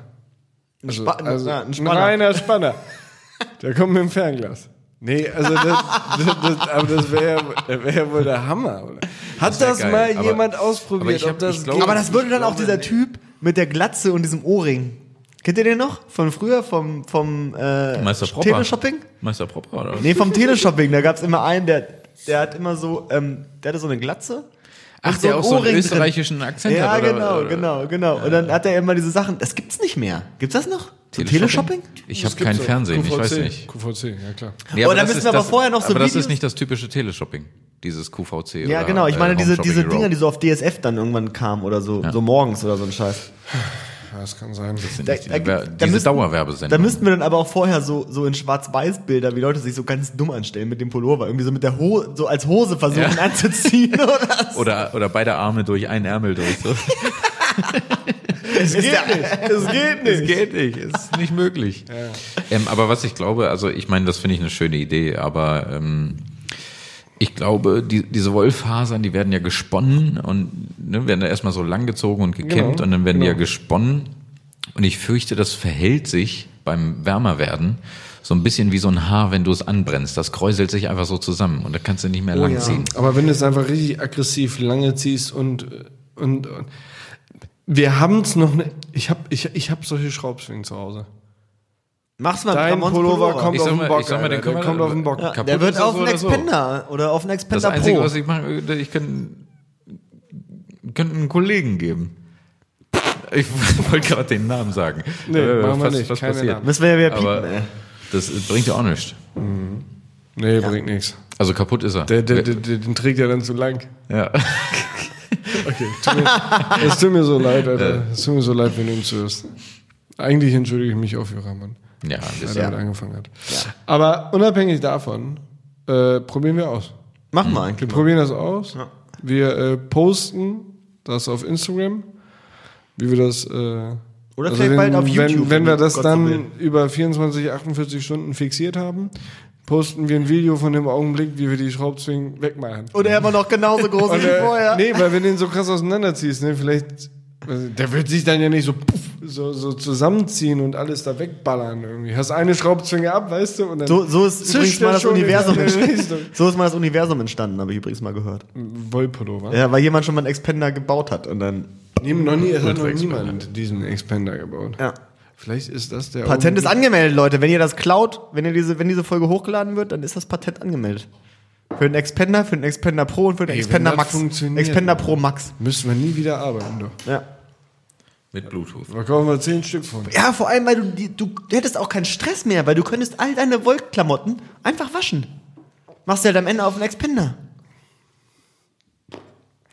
Speaker 1: Also,
Speaker 3: Spa- ja, ein
Speaker 1: ein,
Speaker 3: Spanner.
Speaker 1: reiner Spanner. Der kommt mit dem Fernglas. Nee, also das, das, das, aber das wäre ja wär wohl der Hammer, oder? Hat das,
Speaker 2: wär geil,
Speaker 1: mal
Speaker 2: aber-
Speaker 1: jemand
Speaker 2: aber
Speaker 1: ausprobiert,
Speaker 2: ich hab-
Speaker 1: ob das
Speaker 2: ich glaube-
Speaker 1: geht?
Speaker 3: Aber das würde dann auch dieser Typ mit der Glatze und diesem Ohrring. Kennt ihr den noch? Von früher? Vom, vom äh,
Speaker 2: Meister Propper.
Speaker 3: Teleshopping?
Speaker 2: Meister Propper, oder? was?
Speaker 3: Nee, vom Teleshopping. Da gab es immer einen, der, der hat immer so, ähm, der hatte so eine Glatze.
Speaker 2: Ach,
Speaker 3: und
Speaker 2: der
Speaker 3: einen
Speaker 2: auch so einen
Speaker 3: Ohrring
Speaker 2: österreichischen
Speaker 3: Drin.
Speaker 2: Akzent
Speaker 3: Ja,
Speaker 2: hat. oder- Äh,
Speaker 3: genau,
Speaker 2: oder-
Speaker 3: genau, genau. Und dann hat er immer diese Sachen. Das gibt's nicht mehr. Gibt's das noch? So Teleshopping?
Speaker 2: Ich
Speaker 1: Das
Speaker 2: habe
Speaker 1: gibt's
Speaker 2: kein
Speaker 1: auch.
Speaker 2: Fernsehen, ich
Speaker 1: QVC.
Speaker 2: weiß nicht.
Speaker 1: QVC, ja klar.
Speaker 2: Nee,
Speaker 3: Oh, da müssen wir aber vorher noch so
Speaker 2: Aber das
Speaker 3: Videos-
Speaker 2: ist nicht das typische Teleshopping, dieses QVC.
Speaker 3: Ja,
Speaker 2: oder,
Speaker 3: genau. Ich
Speaker 2: äh,
Speaker 3: meine
Speaker 2: Home
Speaker 3: diese,
Speaker 2: Shopping
Speaker 3: diese
Speaker 2: Hero.
Speaker 3: Dinger, die so auf DSF dann irgendwann kamen oder so, so morgens oder so ein Scheiß.
Speaker 1: Ja, das kann sein.
Speaker 2: Sind
Speaker 3: Da-
Speaker 2: nicht
Speaker 3: da
Speaker 2: diese
Speaker 3: gibt-
Speaker 2: Wer-
Speaker 3: da
Speaker 2: diese
Speaker 3: müssten- Da
Speaker 2: Dauerwerbesendung.
Speaker 3: müssten wir dann aber auch vorher so, so in Schwarz-Weiß-Bilder, wie Leute sich so ganz dumm anstellen mit dem Pullover, irgendwie so mit der Hose, so als Hose versuchen
Speaker 2: Ja.
Speaker 3: anzuziehen oder so.
Speaker 2: Oder, oder beide Arme durch einen Ärmel durch. So.
Speaker 3: Es geht nicht. Es geht nicht.
Speaker 2: Es geht nicht, ist nicht möglich. Ähm, aber was ich glaube, also ich meine, das finde ich eine schöne Idee, aber ähm, ich glaube, die, diese Wollfasern, die werden ja gesponnen und ne, werden da erstmal so langgezogen und gekämmt
Speaker 1: Genau,
Speaker 2: und dann werden die ja
Speaker 1: genau.
Speaker 2: gesponnen. Und ich fürchte, das verhält sich beim Wärmerwerden so ein bisschen wie so ein Haar, wenn du es anbrennst. Das kräuselt sich einfach so zusammen und da kannst du nicht
Speaker 1: Oh
Speaker 2: mehr langziehen.
Speaker 1: Aber wenn du es einfach richtig aggressiv lange ziehst und, und, und wir haben es noch ne, ich habe ich, ich hab solche Schraubschwingen zu Hause.
Speaker 3: Mach's mal
Speaker 1: Dein
Speaker 3: Ramons
Speaker 1: Pullover kommt
Speaker 2: Ich sag
Speaker 1: auf
Speaker 2: mal-
Speaker 1: den Bock,
Speaker 2: ich sag mal, den
Speaker 1: Alter,
Speaker 2: können
Speaker 1: der
Speaker 2: wir-
Speaker 1: kommt auf den Bock.
Speaker 3: Ja,
Speaker 2: Kaputt
Speaker 3: der wird
Speaker 2: ist
Speaker 3: auf
Speaker 2: so
Speaker 3: einen
Speaker 2: oder so.
Speaker 3: Expender oder auf einen
Speaker 2: Das
Speaker 3: Expender
Speaker 2: Einzige,
Speaker 3: Pro.
Speaker 2: was ich mache, äh, ich kann, könnte einen Kollegen geben. Ich wollte gerade den Namen sagen. Äh,
Speaker 1: Nee, machen wir nicht. Keine Namen.
Speaker 3: Müssen wir ja wieder piepen,
Speaker 2: Aber
Speaker 3: ey.
Speaker 2: das äh, bringt ja auch nichts.
Speaker 1: Nee, bringt nichts.
Speaker 2: Also kaputt ist er.
Speaker 1: Der, der, der, der, den trägt ja dann zu lang.
Speaker 2: ja.
Speaker 1: Okay, tut mir, es tut mir so leid, Alter. Es tut mir so leid, wenn du ihn zuhörst. Eigentlich entschuldige ich mich auch für Rahman,
Speaker 2: ja, ein
Speaker 1: der
Speaker 2: bisschen.
Speaker 1: damit angefangen hat. Aber unabhängig davon, äh, probieren wir aus.
Speaker 3: Machen wir eigentlich.
Speaker 1: Wir probieren das aus. Wir äh, posten das auf Instagram, wie wir das. Äh, Oder
Speaker 3: vielleicht bald auf YouTube,
Speaker 1: Wenn, wenn wir
Speaker 3: wenn
Speaker 1: das
Speaker 3: Gott so will.
Speaker 1: dann über 24, 48 Stunden fixiert haben, posten wir ein Video von dem Augenblick, wie wir die Schraubzwingen wegmachen.
Speaker 3: Und er war noch genauso groß
Speaker 1: Und,
Speaker 3: wie
Speaker 1: äh,
Speaker 3: vorher.
Speaker 1: Nee, weil wenn du den so krass auseinanderziehst, ne, vielleicht. also, Der wird sich dann ja nicht so, puff, so, so zusammenziehen und alles da wegballern irgendwie. Hast eine Schraubzwinge ab, weißt du? Und dann
Speaker 3: So, so ist
Speaker 1: zischt
Speaker 3: übrigens
Speaker 1: der
Speaker 3: mal das
Speaker 1: schon in
Speaker 3: Universum
Speaker 1: die andere Richtung.
Speaker 3: entstanden. So ist mal das Universum entstanden, habe ich übrigens mal gehört.
Speaker 1: Wollpullover.
Speaker 3: Ja, weil jemand schon mal einen Expender gebaut hat und dann.
Speaker 1: Nee, noch nie, es hat noch
Speaker 2: Ultra-Expander.
Speaker 1: niemand diesen Expander gebaut.
Speaker 3: Ja.
Speaker 1: Vielleicht ist das der.
Speaker 3: Patent ist
Speaker 1: Augenblick-
Speaker 3: angemeldet, Leute. Wenn ihr das klaut, wenn ihr diese, wenn diese Folge hochgeladen wird, dann ist das Patent angemeldet. Für den Expender, für den Expender Pro und für den
Speaker 1: Ey, wenn
Speaker 3: Expender
Speaker 1: das
Speaker 3: Max.
Speaker 1: funktioniert.
Speaker 3: Expender Pro Max.
Speaker 1: Müssen wir nie wieder arbeiten, doch.
Speaker 3: Ja.
Speaker 2: Mit Bluetooth.
Speaker 1: Verkaufen wir zehn Stück von.
Speaker 3: Ja, vor allem, weil du, die, du hättest auch keinen Stress mehr, weil du könntest all deine Wollklamotten einfach waschen. Machst du halt am Ende auf einen Expender.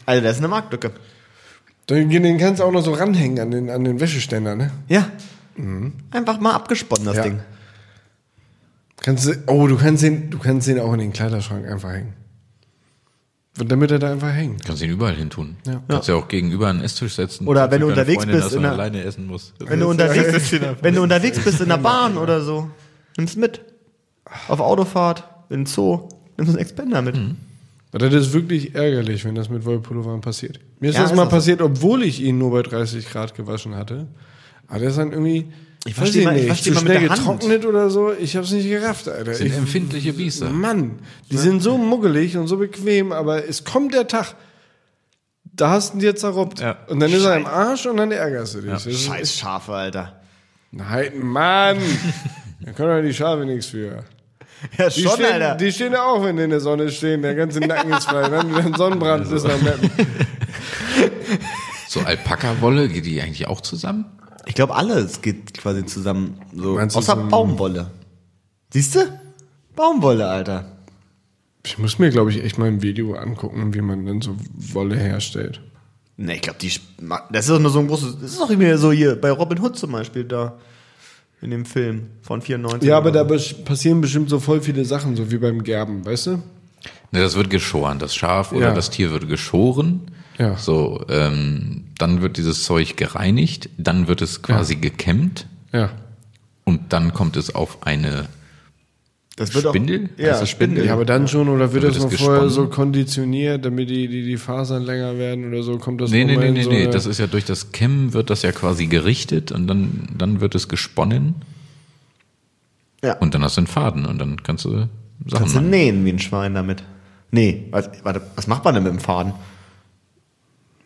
Speaker 3: Also, das ist eine Marktlücke.
Speaker 1: Den, den kannst du auch noch so ranhängen an den, an den Wäscheständer, ne?
Speaker 3: Ja. Einfach mal abgesponnen, das
Speaker 1: Mhm. Ja.
Speaker 3: Ding.
Speaker 1: Kannst du, oh, du kannst, den, du kannst den auch in den Kleiderschrank einfach hängen. Und damit er da einfach hängt.
Speaker 2: Kannst ihn überall hin tun. Kannst ja auch gegenüber an den Esstisch setzen.
Speaker 3: Oder
Speaker 2: Kannst
Speaker 3: wenn
Speaker 2: für
Speaker 3: du
Speaker 2: deine
Speaker 3: unterwegs
Speaker 2: Freundin,
Speaker 3: bist
Speaker 2: dass
Speaker 3: in
Speaker 2: du
Speaker 3: der-
Speaker 2: alleine essen musst.
Speaker 3: Wenn du, unterwegs, wenn du unterwegs bist in der Bahn oder so, nimm's mit. Auf Autofahrt, in den Zoo, nimmst einen Expender mit.
Speaker 1: Aber das ist wirklich ärgerlich, wenn das mit Wollpullovern passiert. Mir ist
Speaker 3: Ja,
Speaker 1: das
Speaker 3: ist
Speaker 1: mal
Speaker 3: auch so.
Speaker 1: passiert, obwohl ich ihn nur bei 30 Grad gewaschen hatte. Aber der ist dann irgendwie.
Speaker 3: Ich
Speaker 1: weiß
Speaker 3: versteh mal- ich versteh
Speaker 1: zu
Speaker 3: mal mit
Speaker 1: schnell
Speaker 3: der Hand.
Speaker 1: getrocknet oder so. Ich hab's nicht gerafft, Alter.
Speaker 2: sind
Speaker 1: Ich
Speaker 2: empfindliche Biester.
Speaker 1: Mann, die sind so muggelig und so bequem, aber es kommt der Tag, da hast du dir zerruppt.
Speaker 2: Ja.
Speaker 1: Und dann ist er im Arsch und dann ärgerst du dich. Das ist-
Speaker 3: Scheiß Schafe, Alter.
Speaker 1: Nein, Mann. da können doch die Schafe nichts für.
Speaker 3: Ja,
Speaker 1: Die,
Speaker 3: schon,
Speaker 1: stehen,
Speaker 3: Alter.
Speaker 1: die stehen ja auch, wenn die in der Sonne stehen. Der ganze Nacken ist frei. Wenn du dann Sonnenbrand bist, dann merken.
Speaker 2: So Alpaka-Wolle, geht die eigentlich auch zusammen?
Speaker 3: Ich glaube, alles geht quasi zusammen. So.
Speaker 1: Meinst du,
Speaker 3: Außer
Speaker 1: so ein-
Speaker 3: Baumwolle. Siehst du? Baumwolle, Alter.
Speaker 1: Ich muss mir, glaube ich, echt mal ein Video angucken, wie man dann so Wolle herstellt.
Speaker 3: Ne, ich glaube, die. sp- ma- Das ist doch nur so ein großes. Das ist doch immer so hier bei Robin Hood zum Beispiel da. In dem Film von 94.
Speaker 1: Ja, aber da
Speaker 3: oder
Speaker 1: bes- passieren bestimmt so voll viele Sachen, so wie beim Gerben, weißt du?
Speaker 2: Ne, das wird geschoren. Das Schaf oder
Speaker 1: Ja.
Speaker 2: das Tier wird geschoren.
Speaker 1: Ja.
Speaker 2: So, ähm, dann wird dieses Zeug gereinigt, dann wird es quasi gekämmt
Speaker 1: Ja.
Speaker 2: und dann kommt es auf eine
Speaker 3: so. das wird
Speaker 2: Spindel.
Speaker 3: Auch, ja,
Speaker 2: Heißt das Spindel?
Speaker 1: Ja, aber dann schon, oder wird
Speaker 2: Dann
Speaker 1: das
Speaker 2: wird
Speaker 1: noch
Speaker 2: es
Speaker 1: vorher so
Speaker 2: gesponnen.
Speaker 1: konditioniert, damit die, die, die Fasern länger werden oder so? Kommt das
Speaker 2: Nee, nee,
Speaker 1: nochmal
Speaker 2: nee,
Speaker 1: in
Speaker 2: nee,
Speaker 1: so
Speaker 2: nee.
Speaker 1: eine-
Speaker 2: Das ist ja durch das Kämmen wird das ja quasi gerichtet und dann, dann wird es gesponnen
Speaker 3: Ja.
Speaker 2: und dann hast du einen Faden und dann kannst du Sachen
Speaker 3: Kannst du
Speaker 2: machen.
Speaker 3: nähen wie ein Schwein damit. Nee, was, warte, was macht man denn mit dem Faden?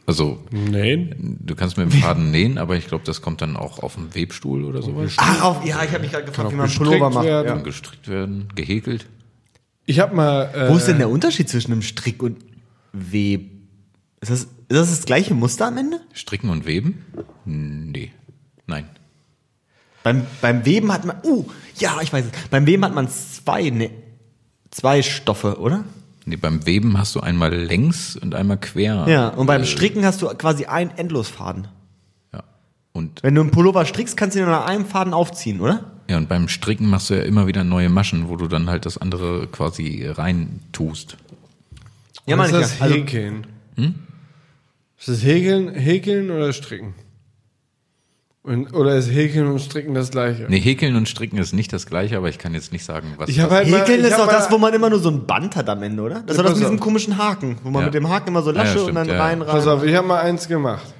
Speaker 2: Also,
Speaker 1: Nee.
Speaker 2: du kannst mit dem Faden nähen, aber ich glaube, das kommt dann auch auf dem Webstuhl oder sowas.
Speaker 3: Ach, auf, ja, ich habe mich gerade gefragt, wie man einen
Speaker 1: gestrickt
Speaker 3: Pullover macht.
Speaker 1: werden.
Speaker 2: Kann gestrickt werden, gehäkelt.
Speaker 1: Ich hab mal. Äh,
Speaker 3: Wo ist denn der Unterschied zwischen einem Strick und Web? Ist das, ist das das gleiche Muster am Ende?
Speaker 2: Stricken und weben? Nee. Nein.
Speaker 3: Beim, beim Weben hat man, uh, ja, ich weiß es. Beim Weben hat man zwei, ne, zwei Stoffe, oder?
Speaker 2: Nee, beim Weben hast du einmal längs und einmal quer.
Speaker 3: Ja, und beim Stricken hast du quasi einen Endlosfaden.
Speaker 2: Ja. Und,
Speaker 3: Wenn du einen Pullover strickst, kannst du ihn an einem Faden aufziehen, oder?
Speaker 2: ja, und beim Stricken machst du ja immer wieder neue Maschen, wo du dann halt das andere quasi rein tust.
Speaker 1: Ja,
Speaker 3: meine
Speaker 1: ist
Speaker 3: ich
Speaker 1: das
Speaker 3: Also,
Speaker 2: Hm?
Speaker 1: Häkeln? Ist Ist es Häkeln, Häkeln oder Stricken? Und, oder ist Häkeln und Stricken das gleiche?
Speaker 2: Nee, häkeln und stricken ist nicht das gleiche, aber ich kann jetzt nicht sagen, was.
Speaker 1: Ich hab
Speaker 2: was-
Speaker 1: halt mal-
Speaker 3: Also, Häkeln
Speaker 1: ich
Speaker 3: ist
Speaker 1: hab
Speaker 3: doch
Speaker 1: mal-
Speaker 3: das, wo man immer nur so ein Band hat am Ende, oder?
Speaker 1: Ja,
Speaker 3: Das war das mit
Speaker 1: pass
Speaker 3: diesem
Speaker 1: auf.
Speaker 3: komischen Haken, wo man
Speaker 2: Ja.
Speaker 3: mit dem Haken immer so
Speaker 2: Ja,
Speaker 3: Lasche und
Speaker 2: stimmt,
Speaker 3: dann
Speaker 2: ja, ja.
Speaker 3: rein, rein.
Speaker 1: Pass auf, ich habe mal eins gemacht.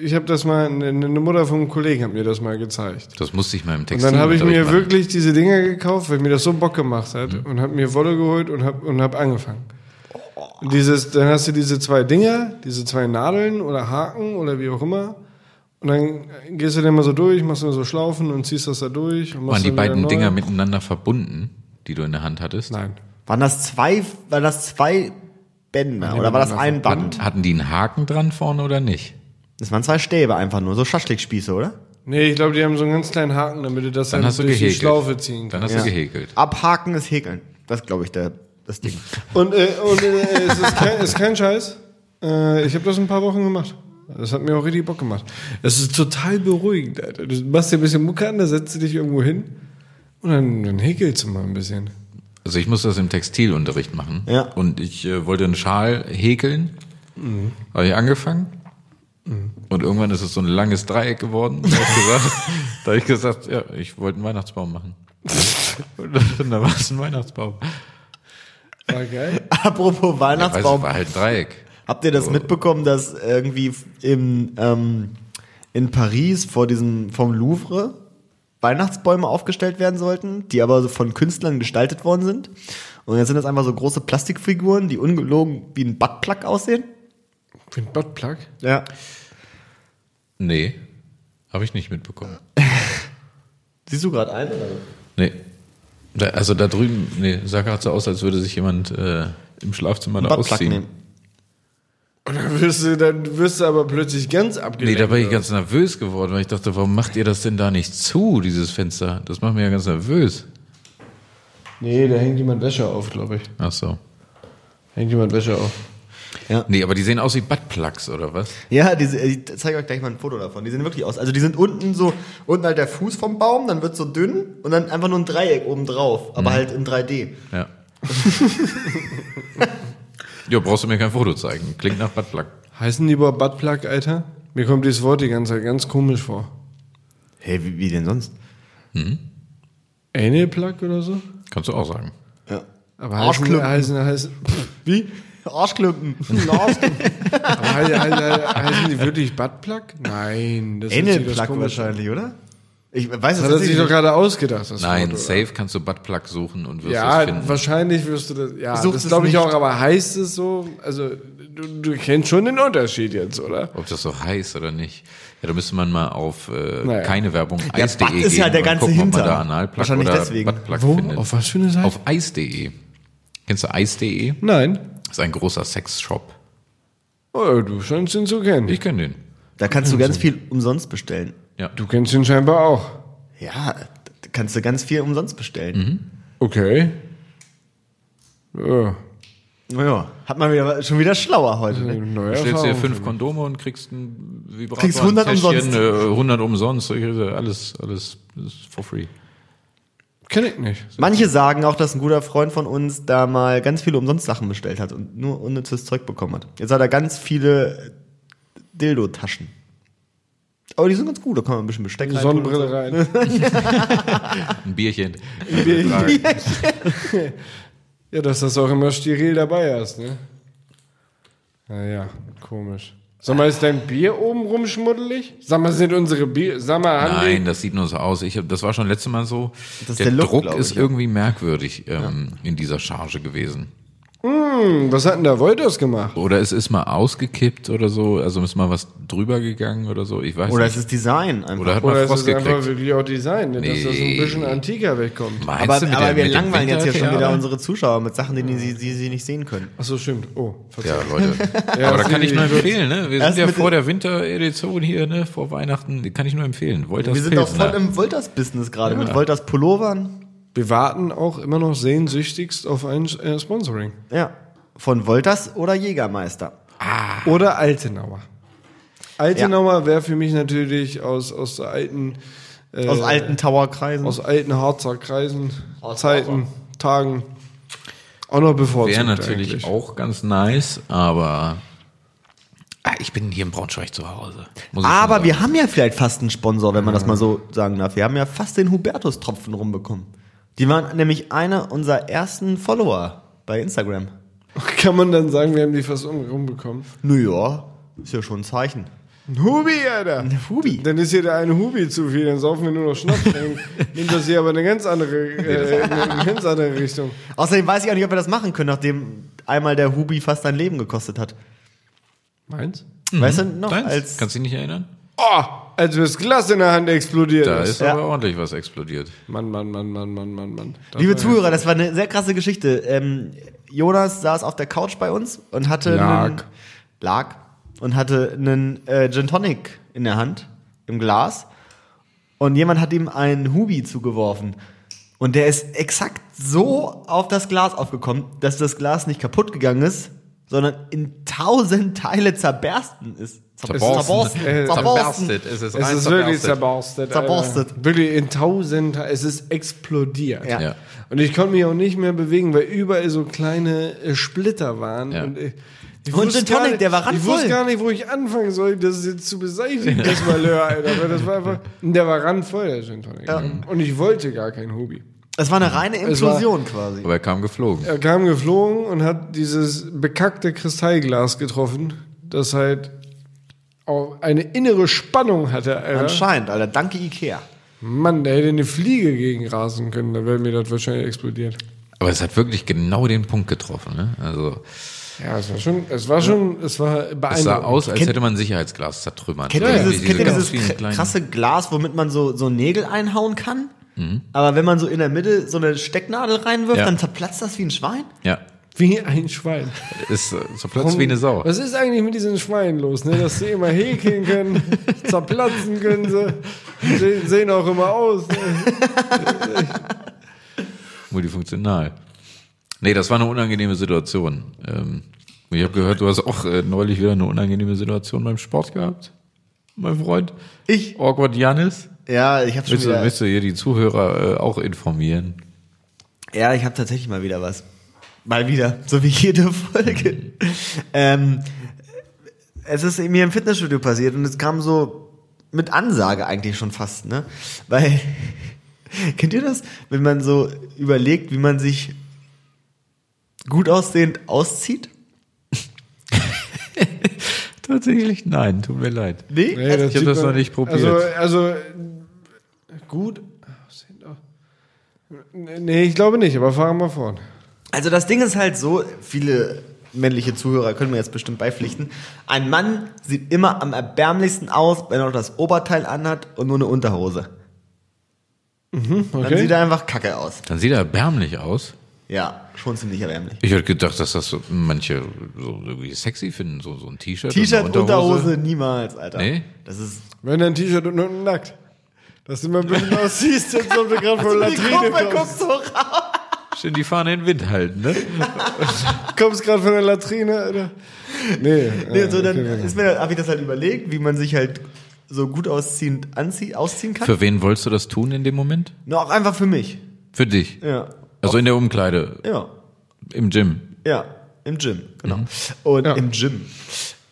Speaker 1: Ich habe das mal, eine eine Mutter von einem Kollegen hat mir das mal gezeigt.
Speaker 2: das musste ich mal im
Speaker 1: Und
Speaker 2: Text.
Speaker 1: dann habe ich mir wirklich diese Dinger gekauft, weil mir das so Bock gemacht hat und habe mir Wolle geholt und habe und hab angefangen. Und dieses, dann hast du diese zwei Dinger, diese zwei Nadeln oder Haken oder wie auch immer. Und dann gehst du dann mal so durch, machst du so Schlaufen und ziehst das da durch. Und machst
Speaker 2: Waren die
Speaker 1: dann wieder
Speaker 2: beiden
Speaker 1: neu.
Speaker 2: Dinger miteinander verbunden, die du in der Hand hattest?
Speaker 1: Nein.
Speaker 3: Waren das zwei, waren das zwei Bänder oder war das ein also Band?
Speaker 2: Hatten die einen Haken dran vorne oder nicht?
Speaker 3: Das waren zwei Stäbe einfach nur, so Schaschlikspieße, oder?
Speaker 1: Nee, ich glaube, die haben so einen ganz kleinen Haken, damit du das
Speaker 2: Dann
Speaker 1: dann,
Speaker 2: hast du
Speaker 1: durch die
Speaker 2: gehäkelt.
Speaker 1: Schlaufe ziehen kannst.
Speaker 2: Dann hast
Speaker 3: Ja.
Speaker 2: du gehäkelt.
Speaker 3: Abhaken ist Häkeln. Das glaube ich, der, das Ding.
Speaker 1: Und, äh, und äh, es ist kein, ist kein Scheiß. Äh, ich habe das ein paar Wochen gemacht. Das hat mir auch richtig Bock gemacht. Das ist total beruhigend, Alter. Du machst dir ein bisschen Mucke an, da setzt du dich irgendwo hin und dann, dann häkelst du mal ein bisschen.
Speaker 2: Also ich musste das im Textilunterricht machen.
Speaker 3: Ja.
Speaker 2: Und ich äh, wollte einen Schal häkeln.
Speaker 3: Mhm.
Speaker 2: Habe ich angefangen. Und irgendwann ist es so ein langes Dreieck geworden. Da habe ich gesagt, da hab ich, gesagt ja, ich wollte einen Weihnachtsbaum machen. Und dann da war es ein Weihnachtsbaum.
Speaker 1: War geil.
Speaker 3: Apropos
Speaker 2: Ich weiß, es war
Speaker 3: Weihnachtsbaum.
Speaker 2: halt ein Dreieck.
Speaker 3: Habt ihr das mitbekommen, dass irgendwie im, ähm, in Paris vor diesem, vom Louvre Weihnachtsbäume aufgestellt werden sollten, die aber so von Künstlern gestaltet worden sind? Und jetzt sind das einfach so große Plastikfiguren, die ungelogen wie ein Buttplug aussehen?
Speaker 1: Für ein Buttplug?
Speaker 3: Ja.
Speaker 2: Nee, habe ich nicht mitbekommen.
Speaker 3: Siehst du gerade ein? Oder?
Speaker 2: Nee. Da, also da drüben, nee, sah gerade so aus, als würde sich jemand äh, im Schlafzimmer da
Speaker 3: Buttplug
Speaker 2: ausziehen.
Speaker 3: nehmen.
Speaker 1: Und dann wirst du, dann wirst du aber plötzlich ganz
Speaker 2: Nee,
Speaker 1: abgelenkt.
Speaker 2: da bin ich ganz nervös geworden, weil ich dachte, warum macht ihr das denn da nicht zu, dieses Fenster? Das macht mich ja ganz nervös.
Speaker 1: nee, da hängt jemand Wäsche auf, glaube ich.
Speaker 2: Ach so.
Speaker 1: Hängt jemand Wäsche auf.
Speaker 2: Nee, aber die sehen aus wie Buttplugs oder was?
Speaker 3: Ja, diese, ich zeige euch gleich mal ein Foto davon. Die sehen wirklich aus. Also die sind unten so, unten halt der Fuß vom Baum, dann wird so dünn und dann einfach nur ein Dreieck oben drauf,
Speaker 1: Mhm.
Speaker 3: aber halt in 3D.
Speaker 2: Ja. ja, brauchst du mir kein Foto zeigen. Klingt nach Buttplug.
Speaker 1: Heißen die überhaupt Buttplug, Alter? Mir kommt dieses Wort die ganze Zeit ganz komisch vor.
Speaker 3: Hey, wie, wie denn sonst?
Speaker 1: Anal Plug oder so?
Speaker 2: Kannst du auch sagen.
Speaker 3: Ja.
Speaker 1: Aber heißen,
Speaker 3: Arschklumpen.
Speaker 1: heißen, heißen,
Speaker 3: Wie? Arschklumpen.
Speaker 1: Aber he- he- he- heißen die wirklich Buttplug? Nein, das hört sich das
Speaker 3: Engelplug
Speaker 1: komisch
Speaker 3: wahrscheinlich, oder? Ich weiß
Speaker 1: an. Das hat er sich doch
Speaker 3: nicht.
Speaker 1: gerade ausgedacht. Das
Speaker 2: Nein,
Speaker 1: Wort, oder?
Speaker 2: safe kannst du Buttplug suchen und wirst es
Speaker 1: Ja,
Speaker 2: finden.
Speaker 1: wahrscheinlich wirst du das. Ja,
Speaker 3: Such
Speaker 1: das
Speaker 3: es
Speaker 1: glaube ich
Speaker 3: nicht.
Speaker 1: auch, aber heißt es so? Also, du, du kennst schon den Unterschied jetzt, oder?
Speaker 2: Ob das so heiß oder nicht. Ja, da müsste man mal auf äh,
Speaker 1: Naja.
Speaker 2: keine Werbung
Speaker 3: Ja,
Speaker 2: eis.de
Speaker 3: Butt ist ja
Speaker 2: gehen
Speaker 3: der
Speaker 2: und
Speaker 3: ganze
Speaker 2: gucken, ob man
Speaker 3: Hintern.
Speaker 2: da Analplug
Speaker 3: Wahrscheinlich
Speaker 2: oder
Speaker 3: deswegen.
Speaker 2: Buttplug
Speaker 1: Wo?
Speaker 2: findet.
Speaker 1: Auf was für eine Seite?
Speaker 2: Auf eis.de. Kennst du eis.de?
Speaker 1: Nein.
Speaker 2: Das ist ein großer Sexshop.
Speaker 1: Oh, du scheinst ihn zu kennen.
Speaker 2: Ich kenne den.
Speaker 3: Da kannst du ganz viel umsonst bestellen.
Speaker 2: Ja.
Speaker 1: du kennst ihn scheinbar auch.
Speaker 3: Ja, da kannst du ganz viel umsonst
Speaker 1: Mhm.
Speaker 3: bestellen.
Speaker 1: Okay. Ja.
Speaker 3: Naja, hat man wieder, schon wieder schlauer heute. Ne?
Speaker 1: Neue
Speaker 2: Stellst dir
Speaker 1: Erfahrung.
Speaker 2: fünf Kondome und kriegst ein Vibrator,
Speaker 3: Kriegst
Speaker 2: ein
Speaker 3: 100
Speaker 2: Täschchen,
Speaker 3: umsonst.
Speaker 2: Äh, 100 umsonst, solche- alles, alles ist for free.
Speaker 1: Kenn ich nicht.
Speaker 3: Manche sagen auch, dass ein guter Freund von uns da mal ganz viele Umsonstsachen bestellt hat und nur unnützes Zeug bekommen hat. Jetzt hat er ganz viele Dildo-Taschen. Aber die sind ganz gut, da kann man ein bisschen Besteck reintun und
Speaker 1: Sonnenbrille rein.
Speaker 2: Ein Bierchen.
Speaker 1: Ja, dass das auch immer steril dabei hast, ne? Naja, komisch. Sag mal, ist dein Bier oben rum schmuddelig? Sag mal, sind unsere Bier. Sag mal, haben die-
Speaker 2: Nein, das sieht nur so aus. Ich hab, das war schon letztes Mal so.
Speaker 3: Das ist
Speaker 2: der
Speaker 3: der Look,
Speaker 2: Druck
Speaker 3: glaub
Speaker 2: ist
Speaker 3: ich, ja.
Speaker 2: irgendwie merkwürdig ähm, in dieser Charge gewesen.
Speaker 1: Hm, was hat denn da Wolters gemacht?
Speaker 2: Oder es ist mal ausgekippt oder so, also ist mal was drüber gegangen oder so, ich weiß
Speaker 3: So. Oder es
Speaker 2: nicht.
Speaker 3: ist Design einfach.
Speaker 2: Oder hat
Speaker 1: Oder
Speaker 2: man
Speaker 1: ist es
Speaker 2: Frost
Speaker 1: einfach
Speaker 2: gekriegt.
Speaker 1: wirklich auch Design, ne? dass das ein
Speaker 2: Nee.
Speaker 1: bisschen antiker wegkommt?
Speaker 2: Meinst
Speaker 3: aber
Speaker 2: du mit
Speaker 3: aber
Speaker 2: der-
Speaker 3: wir
Speaker 2: mit dem
Speaker 3: langweilen jetzt hier schon
Speaker 2: Wintertheater?
Speaker 3: wieder unsere Zuschauer mit Sachen, die, die, die sie nicht sehen können.
Speaker 1: Achso, stimmt. Oh, verzeih.
Speaker 2: Ja, Leute.
Speaker 1: Ja,
Speaker 2: Aber da
Speaker 1: das
Speaker 2: kann ich
Speaker 1: ist-
Speaker 2: nur empfehlen, ne? Wir
Speaker 3: Erst
Speaker 2: sind ja
Speaker 3: mit
Speaker 2: vor
Speaker 3: den-
Speaker 2: der Winteredition hier, ne? Vor Weihnachten. die Kann ich nur empfehlen. Wolters
Speaker 3: Wir sind auch
Speaker 2: Pilsner.
Speaker 3: voll im Wolters-Business gerade, mit Wolters-Pullovern.
Speaker 1: Wir warten auch immer noch sehnsüchtigst auf ein äh, Sponsoring.
Speaker 3: Ja. Von Wolters oder Jägermeister.
Speaker 1: Oder Altenauer. Altenauer wäre für mich natürlich aus, aus der alten. äh,
Speaker 3: Aus alten Towerkreisen.
Speaker 1: aus alten Harzer Kreisen, Zeiten, Tagen auch noch bevorzugt.
Speaker 2: Wäre natürlich
Speaker 1: eigentlich.
Speaker 2: auch ganz nice, aber ah, ich bin hier in Braunschweig zu Hause. Muss ich
Speaker 3: Aber
Speaker 2: schon
Speaker 3: wir
Speaker 2: sagen.
Speaker 3: haben ja vielleicht fast einen Sponsor, wenn man das mal so sagen darf. Wir haben ja fast den Hubertus-Tropfen rumbekommen. Die waren nämlich einer unserer ersten Follower bei Instagram.
Speaker 1: Kann man dann sagen, wir haben die fast um- rumbekommen?
Speaker 3: Naja, ist ja schon ein Zeichen.
Speaker 1: Ein Hubi, Alter.
Speaker 3: Ein Hubi.
Speaker 1: Dann ist hier der eine Hubi zu viel, dann saufen wir nur noch Schnaps. Dann nimmt das hier aber eine ganz andere, äh, eine ganz andere Richtung.
Speaker 3: Außerdem weiß ich auch nicht, ob wir das machen können, nachdem einmal der Hubi fast sein Leben gekostet hat.
Speaker 1: Meins?
Speaker 3: Weißt du noch?
Speaker 2: Mhm. Deins?
Speaker 3: Als,
Speaker 2: Kannst du dich nicht erinnern?
Speaker 1: Oh, als mir das Glas in der Hand explodiert
Speaker 2: Da
Speaker 1: ist.
Speaker 2: ist
Speaker 3: Ja.
Speaker 2: aber ordentlich was explodiert.
Speaker 1: Mann, Mann, Mann, Mann, Mann, Mann, Mann. Das
Speaker 3: Liebe
Speaker 1: war-
Speaker 3: Zuhörer, das war eine sehr krasse Geschichte. Ähm, Jonas saß auf der Couch bei uns und hatte
Speaker 1: Lag.
Speaker 3: einen, lag und hatte einen äh, Gin Tonic in der Hand im Glas und jemand hat ihm einen Hubi zugeworfen und der ist exakt so auf das Glas aufgekommen, dass das Glas nicht kaputt gegangen ist, sondern in tausend Teile zerbersten ist.
Speaker 2: Zerborsten.
Speaker 1: Äh,
Speaker 2: Zerberstet. Es ist,
Speaker 1: Es
Speaker 2: rein
Speaker 1: ist wirklich
Speaker 2: zerberstet.
Speaker 1: zerborstet.
Speaker 3: Zerborstet.
Speaker 1: Alter. Wirklich in tausend, es ist explodiert.
Speaker 3: Ja.
Speaker 2: Ja.
Speaker 1: Und ich konnte mich auch nicht mehr bewegen, weil überall so kleine äh, Splitter waren.
Speaker 2: Ja.
Speaker 1: Und, äh, ich
Speaker 3: Und
Speaker 1: wusste
Speaker 3: Gin
Speaker 1: gar
Speaker 3: Tonic,
Speaker 1: nicht-
Speaker 3: der war
Speaker 1: Ich
Speaker 3: randvoll.
Speaker 1: wusste gar nicht, wo ich anfangen soll, das jetzt zu beseitigen, das Malheur, Alter. Weil das war einfach, der war randvoll, der Gin Tonic. Mhm. Und ich wollte gar kein Hobby.
Speaker 3: Es war eine reine
Speaker 1: Mhm. war-
Speaker 3: Implosion quasi.
Speaker 2: Aber er kam geflogen.
Speaker 1: Er kam geflogen und hat dieses bekackte Kristallglas getroffen, das halt auch eine innere Spannung hatte. Alter.
Speaker 3: Anscheinend, Alter. Danke Ikea.
Speaker 1: Mann, da hätte eine Fliege gegen rasen können, da wäre mir das wahrscheinlich explodiert.
Speaker 2: Aber es hat wirklich genau den Punkt getroffen. Ne? Also
Speaker 1: Ja, es war schon, es war schon, es war
Speaker 2: es sah
Speaker 1: beeindruckend.
Speaker 2: aus, als hätte man ein Sicherheitsglas zertrümmert.
Speaker 3: Kennt
Speaker 2: Ja,
Speaker 3: ihr dieses,
Speaker 2: diese
Speaker 3: kennt ihr
Speaker 2: ganz
Speaker 3: dieses
Speaker 2: vielen
Speaker 3: kr-
Speaker 2: kleinen-
Speaker 3: krasse Glas, womit man so, so Nägel einhauen kann? Aber wenn man so in der Mitte so eine Stecknadel reinwirft,
Speaker 2: Mhm. Ja.
Speaker 3: dann zerplatzt das wie ein Schwein?
Speaker 2: Ja,
Speaker 1: Wie ein Schwein.
Speaker 2: ist äh, zerplatzt wie eine Sau.
Speaker 1: Was ist eigentlich mit diesen Schweinen los, ne? Dass sie immer häkeln können, zerplatzen können sie, se- sehen auch immer aus. Ne?
Speaker 2: Multifunktional. Nee, das war eine unangenehme Situation. Ähm, ich habe gehört, du hast auch äh, neulich wieder eine unangenehme Situation beim Sport gehabt, mein Freund.
Speaker 3: Ich?
Speaker 2: Awkward Janis.
Speaker 3: Ja, ich habe schon
Speaker 2: Willst du,
Speaker 3: wieder,
Speaker 2: willst du hier die Zuhörer äh, auch informieren?
Speaker 3: Ja, ich habe tatsächlich mal wieder was. Mal wieder, so wie jede Folge. ähm, es ist mir im Fitnessstudio passiert und es kam so mit Ansage eigentlich schon fast, ne? Weil, kennt ihr das, wenn man so überlegt, wie man sich gut aussehend auszieht?
Speaker 2: Tatsächlich nein, tut mir leid.
Speaker 3: Nee?
Speaker 1: Nee,
Speaker 2: Ich hab
Speaker 1: sieht
Speaker 2: das
Speaker 1: man-
Speaker 2: noch nicht probiert.
Speaker 1: Also, also äh, gut. Nee, ich glaube nicht, aber fahren wir fort.
Speaker 3: Also das Ding ist halt so, viele männliche Zuhörer können mir jetzt bestimmt beipflichten, ein Mann sieht immer am erbärmlichsten aus, wenn er noch das Oberteil anhat und nur eine Unterhose. Dann sieht
Speaker 1: Okay.
Speaker 3: er einfach kacke aus.
Speaker 2: Dann sieht er erbärmlich aus.
Speaker 3: Ja, schon ziemlich erbärmlich.
Speaker 2: Ich hätte gedacht, dass das so manche so irgendwie sexy finden, so, so ein T-Shirt. und
Speaker 3: T-Shirt,
Speaker 2: eine
Speaker 3: Unterhose, niemals, Alter.
Speaker 2: Nee?
Speaker 3: Das ist
Speaker 1: Wenn dann ein T-Shirt und unten nackt. Dass du immer ein bisschen aussiehst, jetzt ob du gerade von der Latrine kommst.
Speaker 3: so raus.
Speaker 2: Schön die Fahne in den Wind halten, ne?
Speaker 1: Kommst gerade von der Latrine, Alter. Nee.
Speaker 3: Nee,
Speaker 1: äh,
Speaker 3: so dann
Speaker 1: okay,
Speaker 3: ist mir, habe ich das halt überlegt, wie man sich halt so gut ausziehend anzie ausziehen kann.
Speaker 2: Für wen wolltest du das tun in dem Moment?
Speaker 3: Nur auch einfach für mich.
Speaker 2: Für dich.
Speaker 3: Ja,
Speaker 2: Also in der Umkleide,
Speaker 3: ja.
Speaker 2: im Gym.
Speaker 3: Ja, im Gym, genau. Und
Speaker 1: Ja.
Speaker 3: im Gym.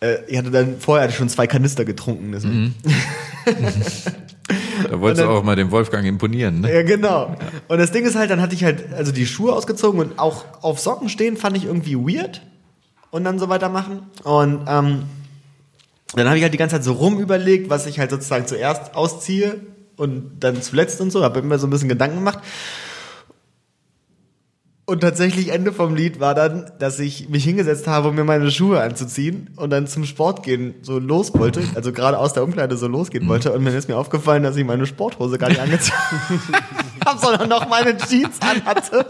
Speaker 3: Äh, Ich hatte dann vorher hatte ich schon zwei Kanister getrunken. Deswegen.
Speaker 2: Da wolltest du
Speaker 3: Und dann-
Speaker 2: auch mal dem Wolfgang imponieren, ne?
Speaker 3: Ja, genau. Und das Ding ist halt, dann hatte ich halt also die Schuhe ausgezogen und auch auf Socken stehen fand ich irgendwie weird. Und dann so weitermachen. Und ähm, dann habe ich halt die ganze Zeit so rumüberlegt, was ich halt sozusagen zuerst ausziehe und dann zuletzt und so. Habe immer so ein bisschen Gedanken gemacht. Und tatsächlich Ende vom Lied war dann, dass ich mich hingesetzt habe, um mir meine Schuhe anzuziehen und dann zum Sport gehen so los wollte, also gerade aus der Umkleide so losgehen wollte. Und dann ist mir aufgefallen, dass ich meine Sporthose gar nicht angezogen habe, sondern noch meine Jeans anhatte.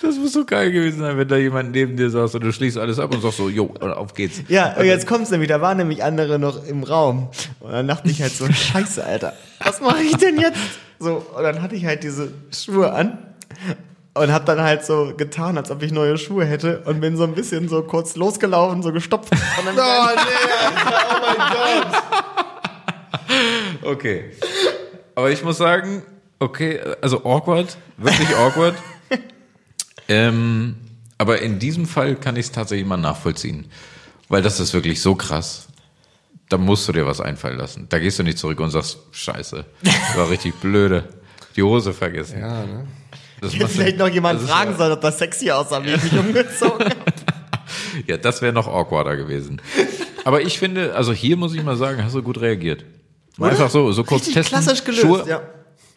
Speaker 2: Das muss so geil gewesen sein, wenn da jemand neben dir saß und du schließt alles ab und sagst so, jo, auf geht's.
Speaker 3: Ja, und jetzt kommt's nämlich, da waren nämlich andere noch im Raum. Und dann dachte ich halt so, scheiße, Alter, was mache ich denn jetzt? So, und dann hatte ich halt diese Schuhe an und hab dann halt so getan, als ob ich neue Schuhe hätte und bin so ein bisschen so kurz losgelaufen, so gestopft. Und dann
Speaker 1: Oh, nee.
Speaker 2: Okay. Aber ich muss sagen, okay, also awkward, wirklich awkward. ähm, aber in diesem Fall kann ich es tatsächlich mal nachvollziehen. Weil das ist wirklich so krass. Da musst du dir was einfallen lassen. Da gehst du nicht zurück und sagst, scheiße, das war richtig blöde. Die Hose vergessen.
Speaker 1: Ja, ne?
Speaker 2: Das
Speaker 3: Hätte
Speaker 2: machst du-
Speaker 3: vielleicht noch jemand
Speaker 2: das ist
Speaker 3: fragen soll, ob das sexy aussah, wie ich mich umgezogen habe.
Speaker 2: Ja, das wäre noch awkwarder gewesen. Aber ich finde, also hier muss ich mal sagen, hast du gut reagiert. Mal Einfach so, so kurz
Speaker 3: Richtig
Speaker 2: testen.
Speaker 3: klassisch gelöst,
Speaker 2: Schuhe,
Speaker 3: ja.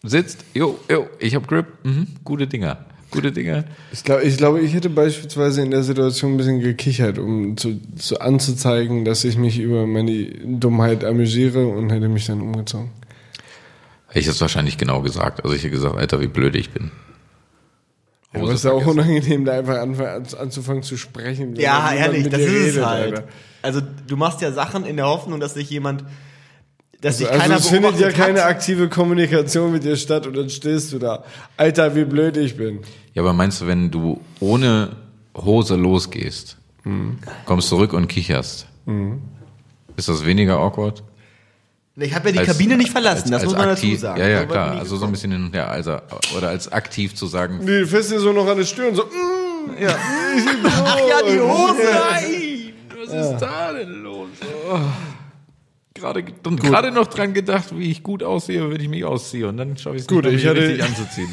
Speaker 2: sitzt, jo, jo, ich hab Grip, mhm, gute Dinger, gute Dinger.
Speaker 1: Ich glaube, ich, glaube, ich hätte beispielsweise in der Situation ein bisschen gekichert, um zu, zu anzuzeigen, dass ich mich über meine Dummheit amüsiere und hätte mich dann umgezogen.
Speaker 2: Hätte ich das wahrscheinlich genau gesagt. Also ich hätte gesagt, Alter, wie blöd ich bin.
Speaker 1: Ja,
Speaker 2: Hose
Speaker 1: aber es ist ja auch
Speaker 2: vergessen.
Speaker 1: unangenehm, da einfach anf an- anzufangen zu sprechen. wenn
Speaker 3: Ja,
Speaker 1: niemand
Speaker 3: ehrlich,
Speaker 1: mit
Speaker 3: das
Speaker 1: dir
Speaker 3: ist es
Speaker 1: redet,
Speaker 3: halt.
Speaker 1: Alter.
Speaker 3: Also du machst ja Sachen in der Hoffnung, dass sich jemand, dass sich
Speaker 1: Also
Speaker 3: keiner
Speaker 1: es findet ja
Speaker 3: beobachtet
Speaker 1: keine
Speaker 3: hat.
Speaker 1: aktive Kommunikation mit dir statt und dann stehst du da. Alter, wie blöd ich bin.
Speaker 2: Ja, aber meinst du, wenn du ohne Hose losgehst,
Speaker 3: Mhm.
Speaker 2: kommst zurück und kicherst, ist das weniger awkward?
Speaker 3: Ich habe ja die
Speaker 2: als-
Speaker 3: Kabine nicht verlassen, das muss man
Speaker 2: aktiv,
Speaker 3: dazu sagen.
Speaker 2: Ja, ja,
Speaker 3: Darüber bin
Speaker 2: klar.
Speaker 3: ich
Speaker 2: Also so ein bisschen, hin- ja, also, oder als aktiv zu sagen,
Speaker 1: Nee, du fährst dir so noch an der Stirn, so, mm, ja. ich bin Ach
Speaker 3: Ja, die Hose.
Speaker 2: Nein, was ist da denn los? Oh. Gerade, und gerade noch dran gedacht, wie ich gut aussehe, wenn ich mich ausziehe. Und dann schaffe ich es
Speaker 1: Gut,
Speaker 2: nicht,
Speaker 1: ich
Speaker 2: mehr, mich
Speaker 1: hatte-
Speaker 2: richtig anzuziehen.